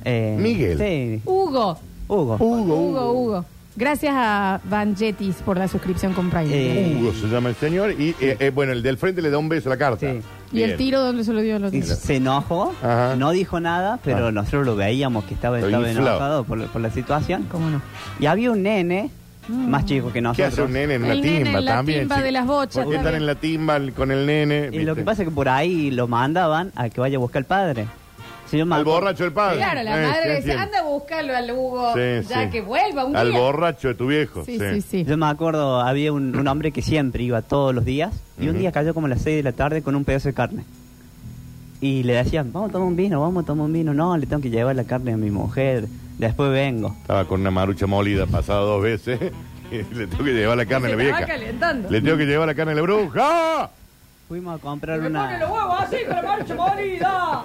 [SPEAKER 4] Miguel.
[SPEAKER 16] eh, Sí,
[SPEAKER 1] Hugo.
[SPEAKER 16] Hugo.
[SPEAKER 1] Hugo, Hugo. Gracias a Vangetis por la suscripción con Prime.
[SPEAKER 4] Hugo se llama el señor. Y eh, eh, bueno, el del frente le da un beso a la carta.
[SPEAKER 1] ¿Y el tiro dónde se lo dio el otro?
[SPEAKER 16] Y se enojó, no dijo nada, pero
[SPEAKER 4] Ah.
[SPEAKER 16] nosotros lo veíamos que estaba,
[SPEAKER 4] Estaba
[SPEAKER 16] estaba
[SPEAKER 4] inflado.
[SPEAKER 16] enojado por, la- por la situación.
[SPEAKER 1] ¿Cómo no?
[SPEAKER 16] Y había un nene,
[SPEAKER 1] Mm.
[SPEAKER 16] más chico que nosotros.
[SPEAKER 4] hace un nene en El la nene en timba la también, timba sí? de las bochas, Porque está están bien. en la timba con el nene.
[SPEAKER 16] Y lo que pasa es que por ahí lo mandaban a que vaya a buscar al padre. Si yo me
[SPEAKER 4] Al
[SPEAKER 16] acuerdo-
[SPEAKER 4] borracho el padre.
[SPEAKER 1] Claro, la
[SPEAKER 4] Eh, sí,
[SPEAKER 1] madre dice,
[SPEAKER 4] entiendo.
[SPEAKER 1] anda a buscarlo al Hugo,
[SPEAKER 4] Sí,
[SPEAKER 1] ya
[SPEAKER 4] sí.
[SPEAKER 1] que vuelva un
[SPEAKER 4] Al
[SPEAKER 1] día.
[SPEAKER 4] borracho de tu viejo.
[SPEAKER 1] Sí, sí, sí.
[SPEAKER 16] Yo me acuerdo, había un, un hombre que siempre iba todos los días y un
[SPEAKER 4] Ujú.
[SPEAKER 16] día cayó como a las 6 de la tarde con un pedazo de carne. Y le decían, vamos a tomar un vino, vamos a tomar un vino. No, le tengo que llevar la carne a mi mujer, después vengo.
[SPEAKER 4] Estaba con una marucha molida, pasada dos veces. Le tengo que llevar la carne a la
[SPEAKER 1] Se estaba
[SPEAKER 4] vieja.
[SPEAKER 1] calentando.
[SPEAKER 4] Le tengo que llevar la carne a la bruja.
[SPEAKER 16] Fuimos a comprar
[SPEAKER 1] Me pone los
[SPEAKER 16] una...
[SPEAKER 1] huevos así con la marcha molida.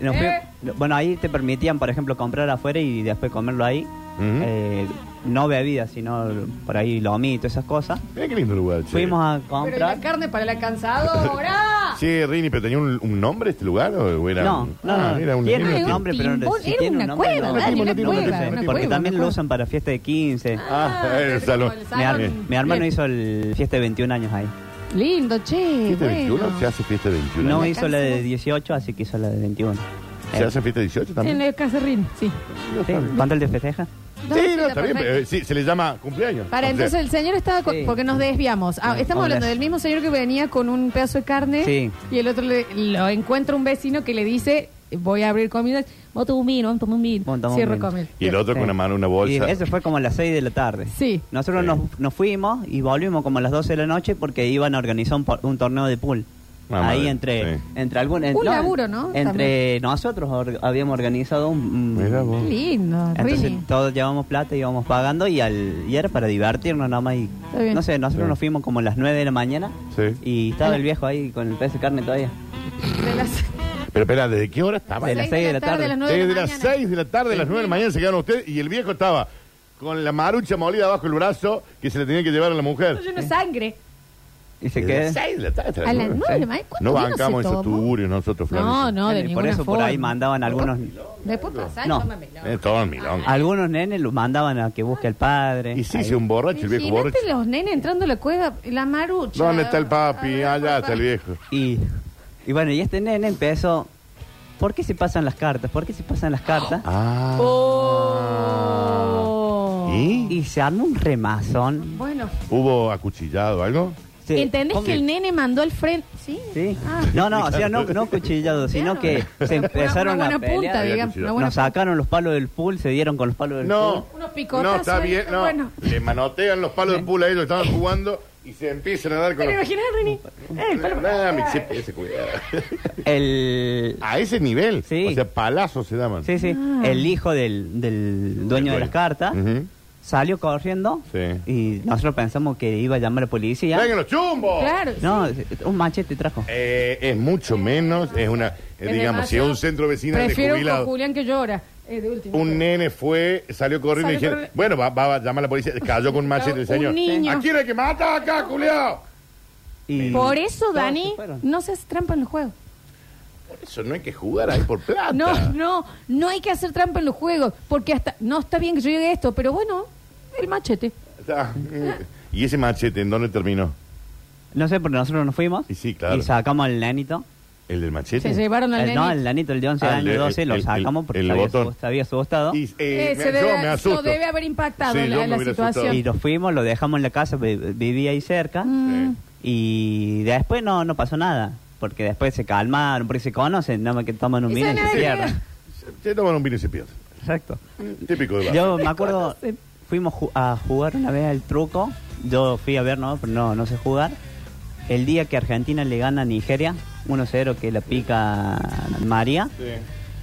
[SPEAKER 16] nos
[SPEAKER 1] ¿Eh?
[SPEAKER 16] fui- Bueno, ahí te permitían, por ejemplo, comprar afuera y después comerlo ahí. Eh, no bebidas, sino por ahí lomito, esas cosas.
[SPEAKER 4] Mira qué lindo lugar, che.
[SPEAKER 16] Fuimos a
[SPEAKER 1] Pero ¿y la
[SPEAKER 16] comprar...
[SPEAKER 1] carne para la cansadora.
[SPEAKER 4] Sí, Rini, pero ¿tenía un, un nombre este lugar? ¿O o era
[SPEAKER 16] No,
[SPEAKER 4] un-
[SPEAKER 16] no,
[SPEAKER 4] Ah,
[SPEAKER 16] no,
[SPEAKER 4] era un
[SPEAKER 16] tiene
[SPEAKER 4] lindo-
[SPEAKER 16] un nombre, pero no-
[SPEAKER 1] timbón,
[SPEAKER 16] si
[SPEAKER 1] era
[SPEAKER 16] tiene
[SPEAKER 1] una
[SPEAKER 16] un nombre,
[SPEAKER 1] cueva,
[SPEAKER 16] no.
[SPEAKER 1] dale, una
[SPEAKER 16] Porque
[SPEAKER 1] cueva, una
[SPEAKER 16] Porque
[SPEAKER 1] cueva,
[SPEAKER 16] también
[SPEAKER 1] una
[SPEAKER 16] lo
[SPEAKER 1] cueva.
[SPEAKER 16] usan para fiesta de 15.
[SPEAKER 4] Ah, el salón. Eh,
[SPEAKER 1] el
[SPEAKER 16] Mi,
[SPEAKER 1] salón.
[SPEAKER 16] her- mi hermano hizo el fiesta de 21 años ahí.
[SPEAKER 1] Lindo, che.
[SPEAKER 4] ¿Fiesta de 21?
[SPEAKER 1] Bueno.
[SPEAKER 4] ¿Se hace fiesta de 21?
[SPEAKER 16] No eh,
[SPEAKER 1] La
[SPEAKER 16] hizo la de
[SPEAKER 1] canción.
[SPEAKER 16] 18, así que hizo la de 21.
[SPEAKER 4] ¿Se hace fiesta de 18 también?
[SPEAKER 1] En el caserrín, sí.
[SPEAKER 16] Sí, ¿Cuánto el de festeja?
[SPEAKER 1] No,
[SPEAKER 4] sí,
[SPEAKER 1] sí,
[SPEAKER 4] no,
[SPEAKER 1] la
[SPEAKER 4] está bien,
[SPEAKER 1] perfecta.
[SPEAKER 4] pero eh, sí, se le llama cumpleaños.
[SPEAKER 1] Para,
[SPEAKER 4] O sea,
[SPEAKER 1] entonces el señor estaba. con-
[SPEAKER 16] Sí.
[SPEAKER 1] Porque nos desviamos. Ah, estamos
[SPEAKER 16] Hola.
[SPEAKER 1] hablando del mismo señor que venía con un pedazo de carne.
[SPEAKER 16] Sí.
[SPEAKER 1] Y el otro le, lo encuentra un vecino que le dice: Voy a abrir comida. Vos tomás un vino, vos tomás un
[SPEAKER 16] Vos
[SPEAKER 1] vino.
[SPEAKER 16] tomás un
[SPEAKER 1] Cierro
[SPEAKER 16] vino.
[SPEAKER 1] comida.
[SPEAKER 4] Y el otro con
[SPEAKER 16] Sí.
[SPEAKER 4] una mano, una
[SPEAKER 16] Y
[SPEAKER 4] bolsa.
[SPEAKER 16] eso fue como a las 6 de la tarde.
[SPEAKER 1] Sí.
[SPEAKER 16] Nosotros nos, nos fuimos y volvimos como a las 12 de la noche porque iban a organizar un, por- un torneo de pool.
[SPEAKER 4] Ah,
[SPEAKER 16] Ahí
[SPEAKER 4] madre,
[SPEAKER 16] entre,
[SPEAKER 4] sí.
[SPEAKER 16] entre algún-
[SPEAKER 1] Un laburo, ¿no?
[SPEAKER 16] Entre nosotros or- habíamos organizado un...
[SPEAKER 4] Mira vos.
[SPEAKER 1] Qué lindo,
[SPEAKER 16] Entonces
[SPEAKER 1] Rini.
[SPEAKER 16] todos llevamos plata y íbamos pagando y, al, y era para divertirnos nada más. Y,
[SPEAKER 1] Está bien.
[SPEAKER 16] no sé, nosotros
[SPEAKER 4] Sí.
[SPEAKER 16] nos fuimos como a las 9 de la mañana
[SPEAKER 4] Sí.
[SPEAKER 16] y estaba el viejo ahí con el pedazo de carne todavía.
[SPEAKER 1] De las
[SPEAKER 4] Pero espera, ¿desde qué hora estaba?
[SPEAKER 16] De las 6 de la tarde.
[SPEAKER 1] a las 9 de
[SPEAKER 4] Desde
[SPEAKER 1] la
[SPEAKER 4] las
[SPEAKER 1] mañana.
[SPEAKER 4] 6 de la tarde, a las 9 de la mañana se quedaron ustedes y el viejo estaba con la marucha molida bajo el brazo que se le tenía que llevar a la mujer.
[SPEAKER 1] Lleno de sangre.
[SPEAKER 16] Y se
[SPEAKER 4] Desde
[SPEAKER 16] quedó.
[SPEAKER 4] las 6 de la tarde. hasta
[SPEAKER 1] A las 9 de la
[SPEAKER 4] nueve.
[SPEAKER 1] mañana. ¿Cuánto
[SPEAKER 4] No
[SPEAKER 1] vino
[SPEAKER 4] bancamos
[SPEAKER 1] se
[SPEAKER 4] esos
[SPEAKER 1] tomó?
[SPEAKER 4] tuburios nosotros,
[SPEAKER 1] No,
[SPEAKER 4] Florencia.
[SPEAKER 1] no, de
[SPEAKER 16] Eh,
[SPEAKER 1] ninguna
[SPEAKER 16] por eso por
[SPEAKER 1] forma.
[SPEAKER 16] ahí mandaban algunos
[SPEAKER 1] Después pasá y
[SPEAKER 16] No.
[SPEAKER 1] tómamelo.
[SPEAKER 4] Eh, todo en milonga.
[SPEAKER 16] algunos nenes los mandaban a que busque al padre.
[SPEAKER 4] Y sí,
[SPEAKER 16] Ahí.
[SPEAKER 4] se un borracho, el viejo borracho.
[SPEAKER 1] Imagínate los nenes entrando a la cueva, la marucha.
[SPEAKER 4] ¿Dónde está el papi?
[SPEAKER 1] Ah,
[SPEAKER 4] Allá está el
[SPEAKER 1] papá.
[SPEAKER 4] viejo.
[SPEAKER 16] Y, y bueno, y este nene empezó. ¿Por qué se pasan las cartas? ¿Por qué se pasan las cartas?
[SPEAKER 4] Ah.
[SPEAKER 1] Oh.
[SPEAKER 4] ¿Y?
[SPEAKER 16] Y se armó un remazón.
[SPEAKER 1] Bueno,
[SPEAKER 4] ¿Hubo acuchillado algo?
[SPEAKER 16] Se-
[SPEAKER 1] ¿entendés
[SPEAKER 16] ¿Cómo?
[SPEAKER 1] que el nene mandó al frente? Sí.
[SPEAKER 16] Sí.
[SPEAKER 1] Ah.
[SPEAKER 16] No, no, o sea, no, no cuchillado, sino que se empezaron
[SPEAKER 1] una,
[SPEAKER 16] a
[SPEAKER 1] una buena punta,
[SPEAKER 16] pelear.
[SPEAKER 1] digamos. una
[SPEAKER 4] Había
[SPEAKER 1] buena
[SPEAKER 16] Nos sacaron los palos del pool, se dieron con los palos del
[SPEAKER 4] No.
[SPEAKER 1] Unos picotazos
[SPEAKER 4] No, está
[SPEAKER 1] ahí,
[SPEAKER 4] bien, no.
[SPEAKER 1] bueno.
[SPEAKER 4] Le manotean los palos de pula a ellos, estaban jugando y se empiezan a dar con
[SPEAKER 1] ¿Te lo
[SPEAKER 4] los...
[SPEAKER 1] imaginas, Rini? Eh, el palo-
[SPEAKER 4] Nah, mi chip, ese cuidado.
[SPEAKER 16] pool. El,
[SPEAKER 4] A ese nivel.
[SPEAKER 16] Sí.
[SPEAKER 4] O sea, palazos se daban.
[SPEAKER 16] sí, sí, el hijo del, del dueño de las cartas
[SPEAKER 4] Ujú.
[SPEAKER 16] salió corriendo
[SPEAKER 4] Sí.
[SPEAKER 16] y nosotros pensamos que iba a llamar a la policía.
[SPEAKER 4] ¡Vengan los chumbos!
[SPEAKER 1] Claro.
[SPEAKER 16] No, un machete trajo.
[SPEAKER 4] Eh, es mucho menos, es una, eh,
[SPEAKER 1] Es
[SPEAKER 4] digamos, si es
[SPEAKER 1] demasiado.
[SPEAKER 4] un centro vecinal de
[SPEAKER 1] Prefiero con
[SPEAKER 4] jubilados.
[SPEAKER 1] Julián que llora. Eh, de último.
[SPEAKER 4] Un nene fue, salió corriendo y
[SPEAKER 1] Salió
[SPEAKER 4] dijeron,
[SPEAKER 1] corriendo.
[SPEAKER 4] bueno, va, va a llamar a la policía, cayó con un machete el
[SPEAKER 1] Un
[SPEAKER 4] señor.
[SPEAKER 1] niño.
[SPEAKER 4] ¿A quién hay que matar acá, culiao?
[SPEAKER 16] Y-
[SPEAKER 1] Por eso,
[SPEAKER 16] Todos se
[SPEAKER 1] Dani,
[SPEAKER 16] fueron.
[SPEAKER 1] no se hace trampa en los juegos.
[SPEAKER 4] Por eso no hay que jugar ahí por plata.
[SPEAKER 1] No, no, no hay que hacer trampa en los juegos, porque hasta no está bien que yo llegue a esto, pero bueno, el machete.
[SPEAKER 4] O sea, mm, ¿Y ese machete en dónde terminó?
[SPEAKER 16] No sé, porque nosotros nos fuimos.
[SPEAKER 4] Y sí, claro.
[SPEAKER 16] Y sacamos al nanito.
[SPEAKER 4] ¿El del machete?
[SPEAKER 1] Se llevaron al
[SPEAKER 16] El-
[SPEAKER 1] nene.
[SPEAKER 16] Eh, no, al nanito, el de 11
[SPEAKER 4] Ah, el
[SPEAKER 16] años,
[SPEAKER 4] de-
[SPEAKER 16] 12, lo
[SPEAKER 4] el- el-
[SPEAKER 16] sacamos porque
[SPEAKER 4] el
[SPEAKER 16] se había
[SPEAKER 4] botón.
[SPEAKER 16] asust- se había asustado.
[SPEAKER 4] Y, eh,
[SPEAKER 1] Ese
[SPEAKER 4] me-
[SPEAKER 1] debe-
[SPEAKER 4] yo me
[SPEAKER 1] lo
[SPEAKER 4] asusto.
[SPEAKER 1] debe haber impactado
[SPEAKER 4] Sí,
[SPEAKER 1] la-
[SPEAKER 4] yo me
[SPEAKER 1] la
[SPEAKER 4] hubiera
[SPEAKER 1] situación.
[SPEAKER 4] asustado.
[SPEAKER 16] Y nos fuimos, lo dejamos en la casa, vi- vivía ahí cerca.
[SPEAKER 1] Mm.
[SPEAKER 16] Y después no, no pasó nada. Porque después se calmaron, porque se conocen, nada más que toman un
[SPEAKER 1] Y
[SPEAKER 16] vino y
[SPEAKER 1] se
[SPEAKER 16] se
[SPEAKER 1] navegan.
[SPEAKER 16] cierran.
[SPEAKER 4] Se toman un vino y se pierden.
[SPEAKER 16] Exacto.
[SPEAKER 4] Típico de
[SPEAKER 16] Yo
[SPEAKER 4] barrio.
[SPEAKER 16] me acuerdo, fuimos ju- a jugar una vez al truco. Yo fui a ver, no, pero no, no sé jugar. El día que Argentina le gana a Nigeria, 1-0 que la pica María.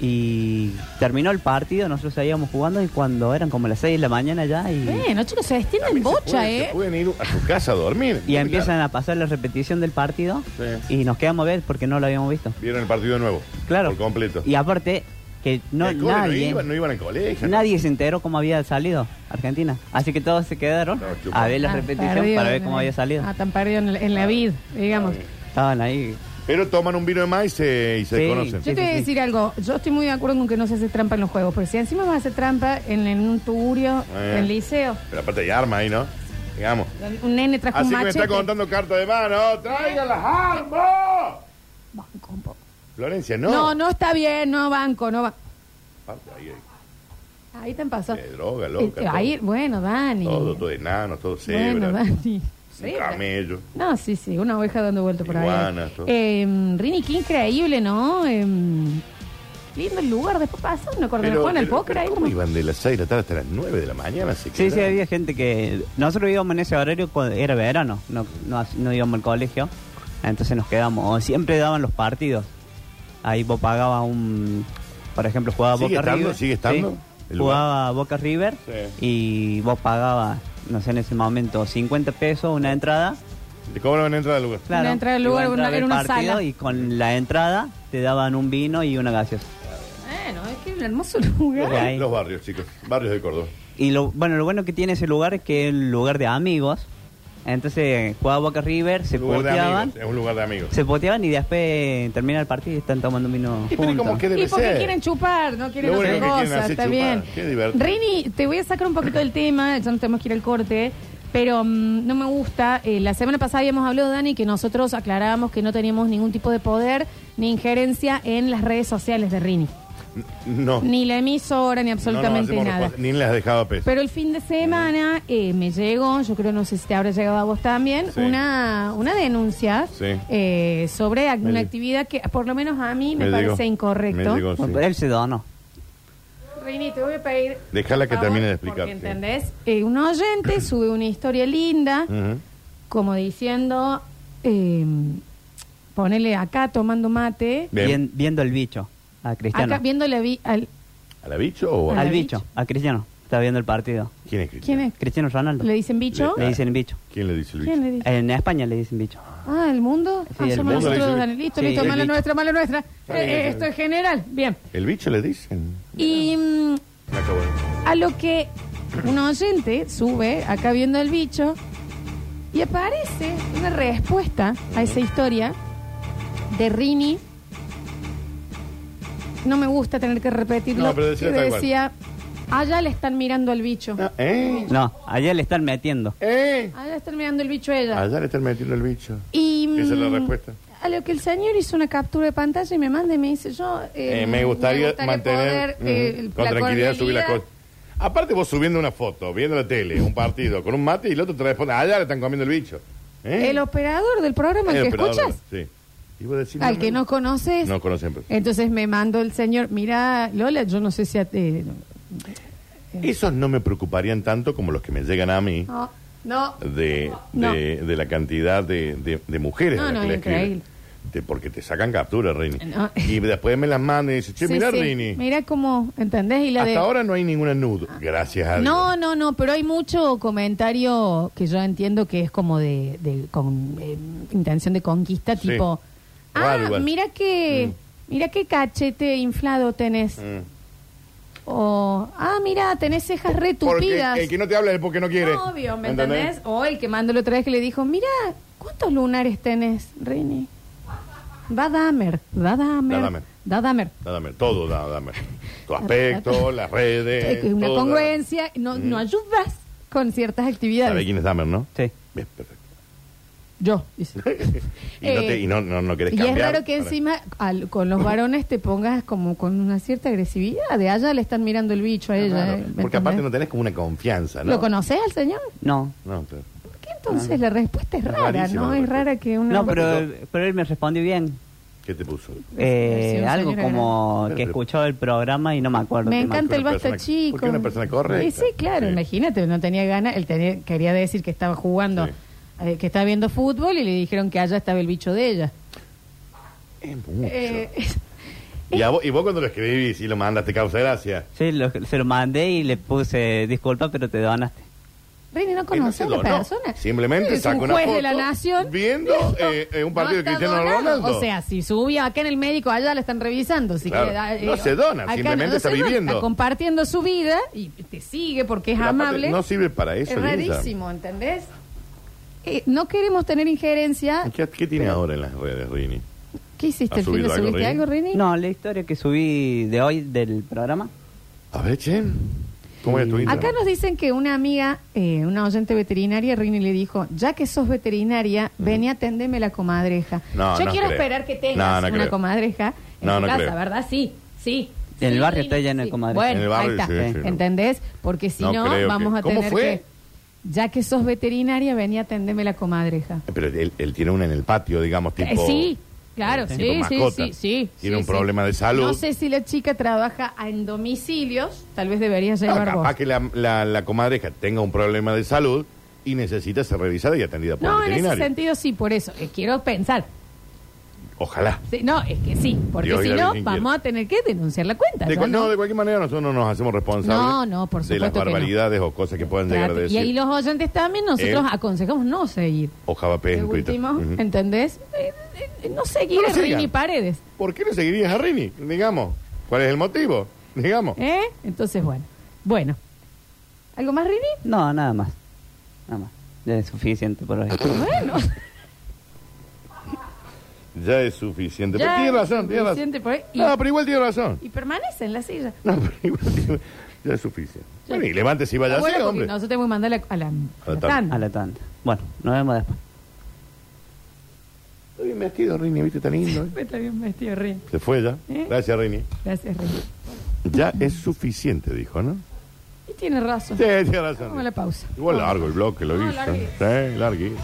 [SPEAKER 16] Y terminó el partido, nosotros seguíamos jugando y cuando eran como las 6 de la mañana ya y,
[SPEAKER 1] Bueno, chicos, se
[SPEAKER 4] También
[SPEAKER 1] destienden
[SPEAKER 4] se
[SPEAKER 1] bocha,
[SPEAKER 4] pueden- se
[SPEAKER 1] ¿eh?
[SPEAKER 4] pueden ir a su casa a dormir.
[SPEAKER 16] y empiezan a pasar la repetición del partido
[SPEAKER 4] Sí.
[SPEAKER 16] y nos quedamos a ver porque no lo habíamos visto.
[SPEAKER 4] Vieron el partido de nuevo.
[SPEAKER 16] Claro.
[SPEAKER 4] Por completo.
[SPEAKER 16] Y aparte que no
[SPEAKER 4] El cole
[SPEAKER 16] nadie,
[SPEAKER 4] No iban, no iban al colegio.
[SPEAKER 16] nadie se enteró cómo había salido Argentina. Así que todos se quedaron
[SPEAKER 4] Estaba chupado.
[SPEAKER 16] a ver la
[SPEAKER 1] Ah,
[SPEAKER 16] repetición
[SPEAKER 1] perdido
[SPEAKER 16] para ver
[SPEAKER 1] en
[SPEAKER 16] cómo
[SPEAKER 1] la-
[SPEAKER 16] había salido.
[SPEAKER 1] Ah, tan perdido en, la- en la vida, digamos.
[SPEAKER 16] Estaban ahí.
[SPEAKER 4] Pero toman un vino de más y se, y se
[SPEAKER 16] Sí.
[SPEAKER 4] conocen.
[SPEAKER 1] Yo
[SPEAKER 16] Sí,
[SPEAKER 1] te voy a
[SPEAKER 16] sí, sí.
[SPEAKER 1] decir algo. Yo estoy muy de acuerdo con que no se hace trampa en los juegos, pero si encima vas a hacer trampa en, en un tugurio,
[SPEAKER 4] Eh.
[SPEAKER 1] en el liceo,
[SPEAKER 4] Pero aparte hay armas ahí, ¿no? Digamos.
[SPEAKER 1] un nene trajo
[SPEAKER 4] Así
[SPEAKER 1] un
[SPEAKER 4] que me
[SPEAKER 1] machete.
[SPEAKER 4] está contando carta de mano. ¡Traigan las armas!
[SPEAKER 1] Banco un poco.
[SPEAKER 4] Florencia, no.
[SPEAKER 1] No. no, está bien, no banco, no va.
[SPEAKER 4] Aparte, ahí hay
[SPEAKER 1] Ahí te han pasado.
[SPEAKER 4] de droga, loca.
[SPEAKER 1] Eh, ahí, bueno, Dani.
[SPEAKER 4] Todo, todo enano, todo cebra.
[SPEAKER 1] bueno, Dani.
[SPEAKER 4] un camello.
[SPEAKER 1] No, sí, sí, una oveja dando vuelta por ahí.
[SPEAKER 4] Iguanas, todo.
[SPEAKER 1] Eh, Rini, qué increíble, ¿no? Eh, lindo el lugar, después pasa un acordeón al póker ahí.
[SPEAKER 4] ¿cómo
[SPEAKER 1] como-
[SPEAKER 4] iban de las 6 de la tarde hasta las 9 de la mañana? Se
[SPEAKER 16] Sí, sí,
[SPEAKER 4] quedaron?
[SPEAKER 16] había gente que... Nosotros íbamos en ese horario cuando era verano, no, no, no íbamos al colegio, entonces nos quedamos. O siempre daban los partidos. Ahí vos pagabas un... Por ejemplo, jugaba
[SPEAKER 4] ¿Sigue
[SPEAKER 16] Boca
[SPEAKER 4] estando?
[SPEAKER 16] River.
[SPEAKER 4] ¿Sigue estando?
[SPEAKER 16] Sí.
[SPEAKER 4] El
[SPEAKER 16] jugaba Boca River
[SPEAKER 4] Sí.
[SPEAKER 16] y vos pagabas, no sé, en ese momento 50 pesos una entrada.
[SPEAKER 4] Te cobraban una entrada al lugar.
[SPEAKER 16] Claro,
[SPEAKER 1] Una entrada al lugar,
[SPEAKER 16] iba a
[SPEAKER 1] una-
[SPEAKER 16] entrar
[SPEAKER 1] en
[SPEAKER 16] al
[SPEAKER 1] una
[SPEAKER 16] partido
[SPEAKER 1] sala.
[SPEAKER 16] Y con la entrada te daban un vino y una gaseosa.
[SPEAKER 1] Bueno, es que es un hermoso lugar.
[SPEAKER 16] Ahí.
[SPEAKER 4] Los barrios, chicos. Barrios de Córdoba.
[SPEAKER 16] Y lo bueno, lo bueno que tiene ese lugar es que es un lugar de amigos. Entonces jugaba Boca River, se
[SPEAKER 4] Lugar de
[SPEAKER 16] poteaban.
[SPEAKER 4] amigos. Es un lugar de amigos.
[SPEAKER 16] Se poteaban y después termina el partido y están tomando un vino
[SPEAKER 4] pero
[SPEAKER 16] juntos.
[SPEAKER 4] ¿cómo que
[SPEAKER 1] Y porque quieren chupar, no quieren
[SPEAKER 16] Lo
[SPEAKER 1] otra
[SPEAKER 16] único que
[SPEAKER 1] cosa,
[SPEAKER 16] quieren hacer
[SPEAKER 1] está
[SPEAKER 16] chupar.
[SPEAKER 1] bien.
[SPEAKER 16] Qué divertido.
[SPEAKER 1] Rini, te voy a sacar un poquito del tema, ya no tenemos que ir al corte, pero mm, no me gusta. Eh, la semana pasada habíamos hablado, Dani, que nosotros aclarábamos que no teníamos ningún tipo de poder ni injerencia en las redes sociales de Rini.
[SPEAKER 4] No.
[SPEAKER 1] Ni la emisora, ni
[SPEAKER 4] No nos
[SPEAKER 1] absolutamente
[SPEAKER 4] hacemos
[SPEAKER 1] nada.
[SPEAKER 4] respons- Ni las dejaba peso.
[SPEAKER 1] Pero el fin de semana eh, me llegó, yo creo, no sé si te habrá llegado a vos también,
[SPEAKER 4] Sí.
[SPEAKER 1] una, una denuncia
[SPEAKER 4] Sí.
[SPEAKER 1] eh, sobre
[SPEAKER 4] Me
[SPEAKER 1] una
[SPEAKER 4] llegó.
[SPEAKER 1] actividad que, por lo menos a mí, me,
[SPEAKER 4] Me
[SPEAKER 1] parece
[SPEAKER 4] llegó.
[SPEAKER 1] incorrecto.
[SPEAKER 4] Me llegó, sí.
[SPEAKER 16] Bueno, pero él se donó.
[SPEAKER 1] Reini, te voy a pedir.
[SPEAKER 4] Dejala que
[SPEAKER 1] por favor,
[SPEAKER 4] termine de explicar,
[SPEAKER 1] Porque,
[SPEAKER 4] sí.
[SPEAKER 1] ¿entendés? Eh, un oyente sube una historia linda,
[SPEAKER 4] Ujú.
[SPEAKER 1] como diciendo, eh, ponele acá tomando mate,
[SPEAKER 16] Bien- viendo el bicho a Cristiano.
[SPEAKER 1] acá viéndole a vi- al.
[SPEAKER 4] ¿A la bicho o
[SPEAKER 16] Al bicho, a Cristiano. Está viendo el partido.
[SPEAKER 4] ¿Quién es Cristiano?
[SPEAKER 1] ¿Quién es?
[SPEAKER 16] Cristiano Ronaldo.
[SPEAKER 1] ¿Le dicen bicho?
[SPEAKER 16] Le dicen bicho.
[SPEAKER 4] ¿Quién le dice el
[SPEAKER 1] ¿Quién le dice?
[SPEAKER 16] En España le dicen bicho.
[SPEAKER 1] Ah, el mundo.
[SPEAKER 16] Sí,
[SPEAKER 1] ah,
[SPEAKER 16] el
[SPEAKER 1] somos
[SPEAKER 16] mundo.
[SPEAKER 1] nosotros,
[SPEAKER 16] Sí,
[SPEAKER 1] Dani. Listo,
[SPEAKER 16] sí,
[SPEAKER 1] listo,
[SPEAKER 16] el
[SPEAKER 1] mala
[SPEAKER 16] bicho.
[SPEAKER 1] nuestra, mala nuestra. Eh,
[SPEAKER 4] bien,
[SPEAKER 1] eh, esto es general. Bien.
[SPEAKER 4] ¿El bicho le dicen?
[SPEAKER 1] Y mm,
[SPEAKER 4] Me acabo de-
[SPEAKER 1] a lo que un oyente sube acá viendo el bicho y aparece una respuesta a esa historia de Rini. No me gusta tener que repetirlo.
[SPEAKER 16] No, pero decilo
[SPEAKER 1] que
[SPEAKER 16] tal cual. Ah.
[SPEAKER 1] decía, allá le están mirando al bicho.
[SPEAKER 4] eh,
[SPEAKER 16] No, allá le están metiendo.
[SPEAKER 1] Allá le están mirando el bicho a ella.
[SPEAKER 4] Allá le están metiendo el bicho.
[SPEAKER 1] Y,
[SPEAKER 4] Esa es la
[SPEAKER 1] mm,
[SPEAKER 4] respuesta.
[SPEAKER 1] A lo que el señor hizo una captura de pantalla y me manda y me dice, yo... eh,
[SPEAKER 4] Eh, me, gustaría mantener
[SPEAKER 1] poder, eh,
[SPEAKER 4] ujú,
[SPEAKER 1] el-
[SPEAKER 4] con
[SPEAKER 1] la
[SPEAKER 4] tranquilidad subir las
[SPEAKER 1] cordialidad.
[SPEAKER 4] cosas. Aparte vos subiendo una foto, viendo la tele, un partido, con un mate y el otro te responde, allá le están comiendo el bicho. ¿Eh?
[SPEAKER 1] El operador del programa, al
[SPEAKER 4] El
[SPEAKER 1] que
[SPEAKER 4] operador,
[SPEAKER 1] escuchas,
[SPEAKER 4] Sí. Y vos decís,
[SPEAKER 1] al que no conoces.
[SPEAKER 4] No conocen. pues.
[SPEAKER 1] Entonces me mandó el señor, mira, Lola, yo no sé si... a- eh,
[SPEAKER 4] Esos no me preocuparían tanto como los que me llegan a mí
[SPEAKER 1] no, no,
[SPEAKER 4] de,
[SPEAKER 1] No.
[SPEAKER 4] de, de la cantidad de, de- de mujeres
[SPEAKER 1] No,
[SPEAKER 4] a las
[SPEAKER 1] no,
[SPEAKER 4] que le escriben.
[SPEAKER 1] increíble.
[SPEAKER 4] Te- porque te sacan capturas, Rini.
[SPEAKER 1] No.
[SPEAKER 4] Y después me las mandan y dicen, che,
[SPEAKER 1] Sí,
[SPEAKER 4] mirá,
[SPEAKER 1] sí,
[SPEAKER 4] Rini.
[SPEAKER 1] Mira cómo, ¿entendés? Y la
[SPEAKER 4] Hasta
[SPEAKER 1] de...
[SPEAKER 4] ahora no hay ninguna nudo. Gracias a Dios.
[SPEAKER 1] No, no, no, pero hay mucho comentario que yo entiendo que es como de, de- con eh, intención de conquista,
[SPEAKER 4] Sí.
[SPEAKER 1] tipo,
[SPEAKER 4] Raro
[SPEAKER 1] ah,
[SPEAKER 4] igual.
[SPEAKER 1] mira que, mira qué cachete inflado tenés.
[SPEAKER 4] Mm.
[SPEAKER 1] O, ah, mira, tenés cejas
[SPEAKER 4] Porque
[SPEAKER 1] retupidas.
[SPEAKER 4] el que no te habla es porque no quiere.
[SPEAKER 1] Obvio, ¿me entendés? O el que mandó la otra vez que le dijo, mira, ¿cuántos lunares tenés, Rini? Da Dahmer, da
[SPEAKER 4] Da
[SPEAKER 1] Dahmer,
[SPEAKER 4] Dahmer.
[SPEAKER 1] da Dahmer.
[SPEAKER 4] Da, dame, todo da, dame. Tu aspecto, las redes.
[SPEAKER 1] Eh, Una
[SPEAKER 4] todo,
[SPEAKER 1] congruencia, no,
[SPEAKER 4] Mm.
[SPEAKER 1] no ayudas con ciertas
[SPEAKER 4] da.
[SPEAKER 1] actividades.
[SPEAKER 4] ¿Sabe quién es Dahmer, no?
[SPEAKER 16] Sí.
[SPEAKER 4] Bien, perfecto.
[SPEAKER 1] Yo, dice.
[SPEAKER 4] Y, no,
[SPEAKER 1] Eh,
[SPEAKER 4] te- y no, no, no querés
[SPEAKER 1] Y es
[SPEAKER 4] cambiar.
[SPEAKER 1] raro que
[SPEAKER 4] Para-
[SPEAKER 1] encima al- con los varones te pongas como con una cierta agresividad. De allá le están mirando el bicho a ella.
[SPEAKER 4] Claro,
[SPEAKER 1] ¿eh? ¿Me
[SPEAKER 4] porque aparte
[SPEAKER 1] entendés?
[SPEAKER 4] Ah, no tenés como una confianza, ¿no?
[SPEAKER 1] ¿Lo conoces al señor?
[SPEAKER 16] No.
[SPEAKER 4] No, pero...
[SPEAKER 1] ¿Qué entonces? La respuesta es rara,
[SPEAKER 16] rarísima
[SPEAKER 1] ¿no?
[SPEAKER 16] la
[SPEAKER 1] Es rara que uno...
[SPEAKER 16] No, pero, pero él me respondió bien.
[SPEAKER 4] ¿Qué te puso?
[SPEAKER 16] Eh,
[SPEAKER 1] Sí, un
[SPEAKER 16] algo
[SPEAKER 1] señor
[SPEAKER 16] como
[SPEAKER 1] grande.
[SPEAKER 16] que escuchó el programa y no me acuerdo.
[SPEAKER 1] Me
[SPEAKER 16] qué más.
[SPEAKER 1] encanta el basta chico. Y sí, claro, imagínate, no tenía ganas, él tenía- quería decir que estaba jugando, eh, que estaba viendo fútbol y le dijeron que allá estaba el bicho de ella. Eh,
[SPEAKER 4] Y, a vos, y vos cuando lo escribís y lo mandas te causa gracia.
[SPEAKER 16] Sí, lo- se lo mandé y le puse disculpa, pero te donaste.
[SPEAKER 1] Rini, no conoces a la
[SPEAKER 4] No, no.
[SPEAKER 1] persona.
[SPEAKER 4] Simplemente
[SPEAKER 1] Es
[SPEAKER 4] saca
[SPEAKER 1] un
[SPEAKER 4] una
[SPEAKER 1] juez
[SPEAKER 4] foto
[SPEAKER 1] de la nación.
[SPEAKER 4] viendo eh, eh, un partido de
[SPEAKER 1] No está
[SPEAKER 4] Cristiano
[SPEAKER 1] donado.
[SPEAKER 4] Ronaldo.
[SPEAKER 1] O sea, si subía acá en el médico, allá la están revisando. Si
[SPEAKER 4] Claro.
[SPEAKER 1] queda, eh,
[SPEAKER 4] No se dona,
[SPEAKER 1] acá
[SPEAKER 4] simplemente está
[SPEAKER 1] se dona,
[SPEAKER 4] viviendo.
[SPEAKER 1] Está compartiendo su vida y te sigue porque es
[SPEAKER 4] Pero aparte
[SPEAKER 1] amable.
[SPEAKER 4] no sirve para eso,
[SPEAKER 1] Es
[SPEAKER 4] Linda.
[SPEAKER 1] rarísimo, ¿entendés? Eh, no queremos tener injerencia.
[SPEAKER 4] ¿Qué, qué tiene ahora en las redes, Rini?
[SPEAKER 1] ¿Qué hiciste
[SPEAKER 4] ¿Ha
[SPEAKER 1] el fin de
[SPEAKER 4] subido algo,
[SPEAKER 1] subiste
[SPEAKER 4] Rini?
[SPEAKER 1] algo, Rini?
[SPEAKER 16] No, la historia que subí de hoy del programa.
[SPEAKER 4] A ver, che. ¿Cómo es tu Instagram?
[SPEAKER 1] Acá nos dicen que una amiga, eh, una oyente veterinaria, Rini le dijo, ya que sos veterinaria, vení a atenderme la comadreja.
[SPEAKER 16] No,
[SPEAKER 1] Yo
[SPEAKER 16] no
[SPEAKER 1] quiero
[SPEAKER 16] creo.
[SPEAKER 1] esperar que
[SPEAKER 16] No,
[SPEAKER 1] tengas
[SPEAKER 16] no
[SPEAKER 1] una
[SPEAKER 16] creo.
[SPEAKER 1] comadreja en
[SPEAKER 16] No,
[SPEAKER 1] tu
[SPEAKER 16] no
[SPEAKER 1] casa,
[SPEAKER 16] creo.
[SPEAKER 1] ¿verdad? Sí, sí.
[SPEAKER 16] En el
[SPEAKER 1] Sí,
[SPEAKER 16] barrio
[SPEAKER 1] Rini,
[SPEAKER 16] está lleno de
[SPEAKER 1] sí.
[SPEAKER 16] comadrejas.
[SPEAKER 1] Bueno,
[SPEAKER 16] En el barrio,
[SPEAKER 1] ahí está.
[SPEAKER 16] sí, sí, no.
[SPEAKER 1] ¿Entendés? Porque si
[SPEAKER 16] No
[SPEAKER 1] no,
[SPEAKER 4] creo que-
[SPEAKER 1] vamos a
[SPEAKER 4] ¿Cómo
[SPEAKER 1] tener
[SPEAKER 4] fue?
[SPEAKER 1] que... Ya que sos veterinaria, vení a atenderme la comadreja.
[SPEAKER 4] Pero él, él tiene una en el patio, digamos,
[SPEAKER 1] Eh,
[SPEAKER 4] tipo.
[SPEAKER 1] sí, claro,
[SPEAKER 4] tipo
[SPEAKER 1] sí, sí,
[SPEAKER 4] mascota.
[SPEAKER 1] sí, sí.
[SPEAKER 4] Tiene
[SPEAKER 1] sí,
[SPEAKER 4] un
[SPEAKER 1] sí.
[SPEAKER 4] problema de salud.
[SPEAKER 1] No sé si la chica trabaja en domicilios, tal vez deberías
[SPEAKER 4] No,
[SPEAKER 1] llevar vos.
[SPEAKER 4] capaz que la, la, la comadreja tenga un problema de salud y necesita ser revisada y atendida por un
[SPEAKER 1] No, en ese
[SPEAKER 4] veterinario.
[SPEAKER 1] sentido sí, por eso. Eh, quiero pensar.
[SPEAKER 4] Ojalá.
[SPEAKER 1] Sí, no, es que sí, porque
[SPEAKER 4] Dios
[SPEAKER 1] si
[SPEAKER 4] y la
[SPEAKER 1] no,
[SPEAKER 4] Virgen
[SPEAKER 1] vamos a tener que denunciar la cuenta.
[SPEAKER 4] De
[SPEAKER 1] ¿no?
[SPEAKER 4] cu-
[SPEAKER 1] No.
[SPEAKER 4] no, de cualquier manera nosotros no nos hacemos responsables
[SPEAKER 1] No, no, por
[SPEAKER 4] de las
[SPEAKER 1] supuesto que no.
[SPEAKER 4] barbaridades o cosas que puedan llegar a
[SPEAKER 1] Claro,
[SPEAKER 4] decir.
[SPEAKER 1] Y ahí los oyentes también, nosotros
[SPEAKER 4] Eh.
[SPEAKER 1] aconsejamos no seguir.
[SPEAKER 4] O Javapé
[SPEAKER 1] De
[SPEAKER 4] en Twitter.
[SPEAKER 1] último,
[SPEAKER 4] Ujú.
[SPEAKER 1] ¿entendés? Eh, eh, no seguir
[SPEAKER 4] No lo
[SPEAKER 1] a Rini
[SPEAKER 4] sigan.
[SPEAKER 1] Paredes,
[SPEAKER 4] ¿Por qué no seguirías a Rini? Digamos. ¿Cuál es el motivo? Digamos.
[SPEAKER 1] ¿eh? Entonces, bueno. Bueno. ¿Algo más, Rini?
[SPEAKER 16] No, nada más. Nada más. Ya es suficiente por hoy.
[SPEAKER 1] Bueno,
[SPEAKER 4] Ya es suficiente.
[SPEAKER 1] ya
[SPEAKER 4] pero tiene razón, tiene razón.
[SPEAKER 1] suficiente por hoy. Y-
[SPEAKER 4] No, pero igual tiene razón.
[SPEAKER 1] Y permanece en la silla.
[SPEAKER 4] No, pero igual tiene- ya es suficiente. Bueno, y levántese y vaya
[SPEAKER 1] Bueno,
[SPEAKER 4] así,
[SPEAKER 1] porque
[SPEAKER 4] hombre.
[SPEAKER 1] Nosotros tenemos que mandar a la, a la, a la tanda.
[SPEAKER 16] A la tanda. Bueno, nos vemos después.
[SPEAKER 4] Está bien vestido, Rini, viste, tan lindo. eh.
[SPEAKER 1] Está bien vestido, Rini.
[SPEAKER 4] Se fue ya.
[SPEAKER 1] ¿Eh?
[SPEAKER 4] Gracias, Rini.
[SPEAKER 1] Gracias, Rini.
[SPEAKER 4] Ya es suficiente, dijo, ¿no?
[SPEAKER 1] Y tiene razón.
[SPEAKER 4] Sí, tiene razón.
[SPEAKER 1] Vamos a la pausa.
[SPEAKER 4] Igual largo el bloque, lo
[SPEAKER 1] No,
[SPEAKER 4] hizo.
[SPEAKER 1] larguísimo.
[SPEAKER 4] Sí, larguísimo.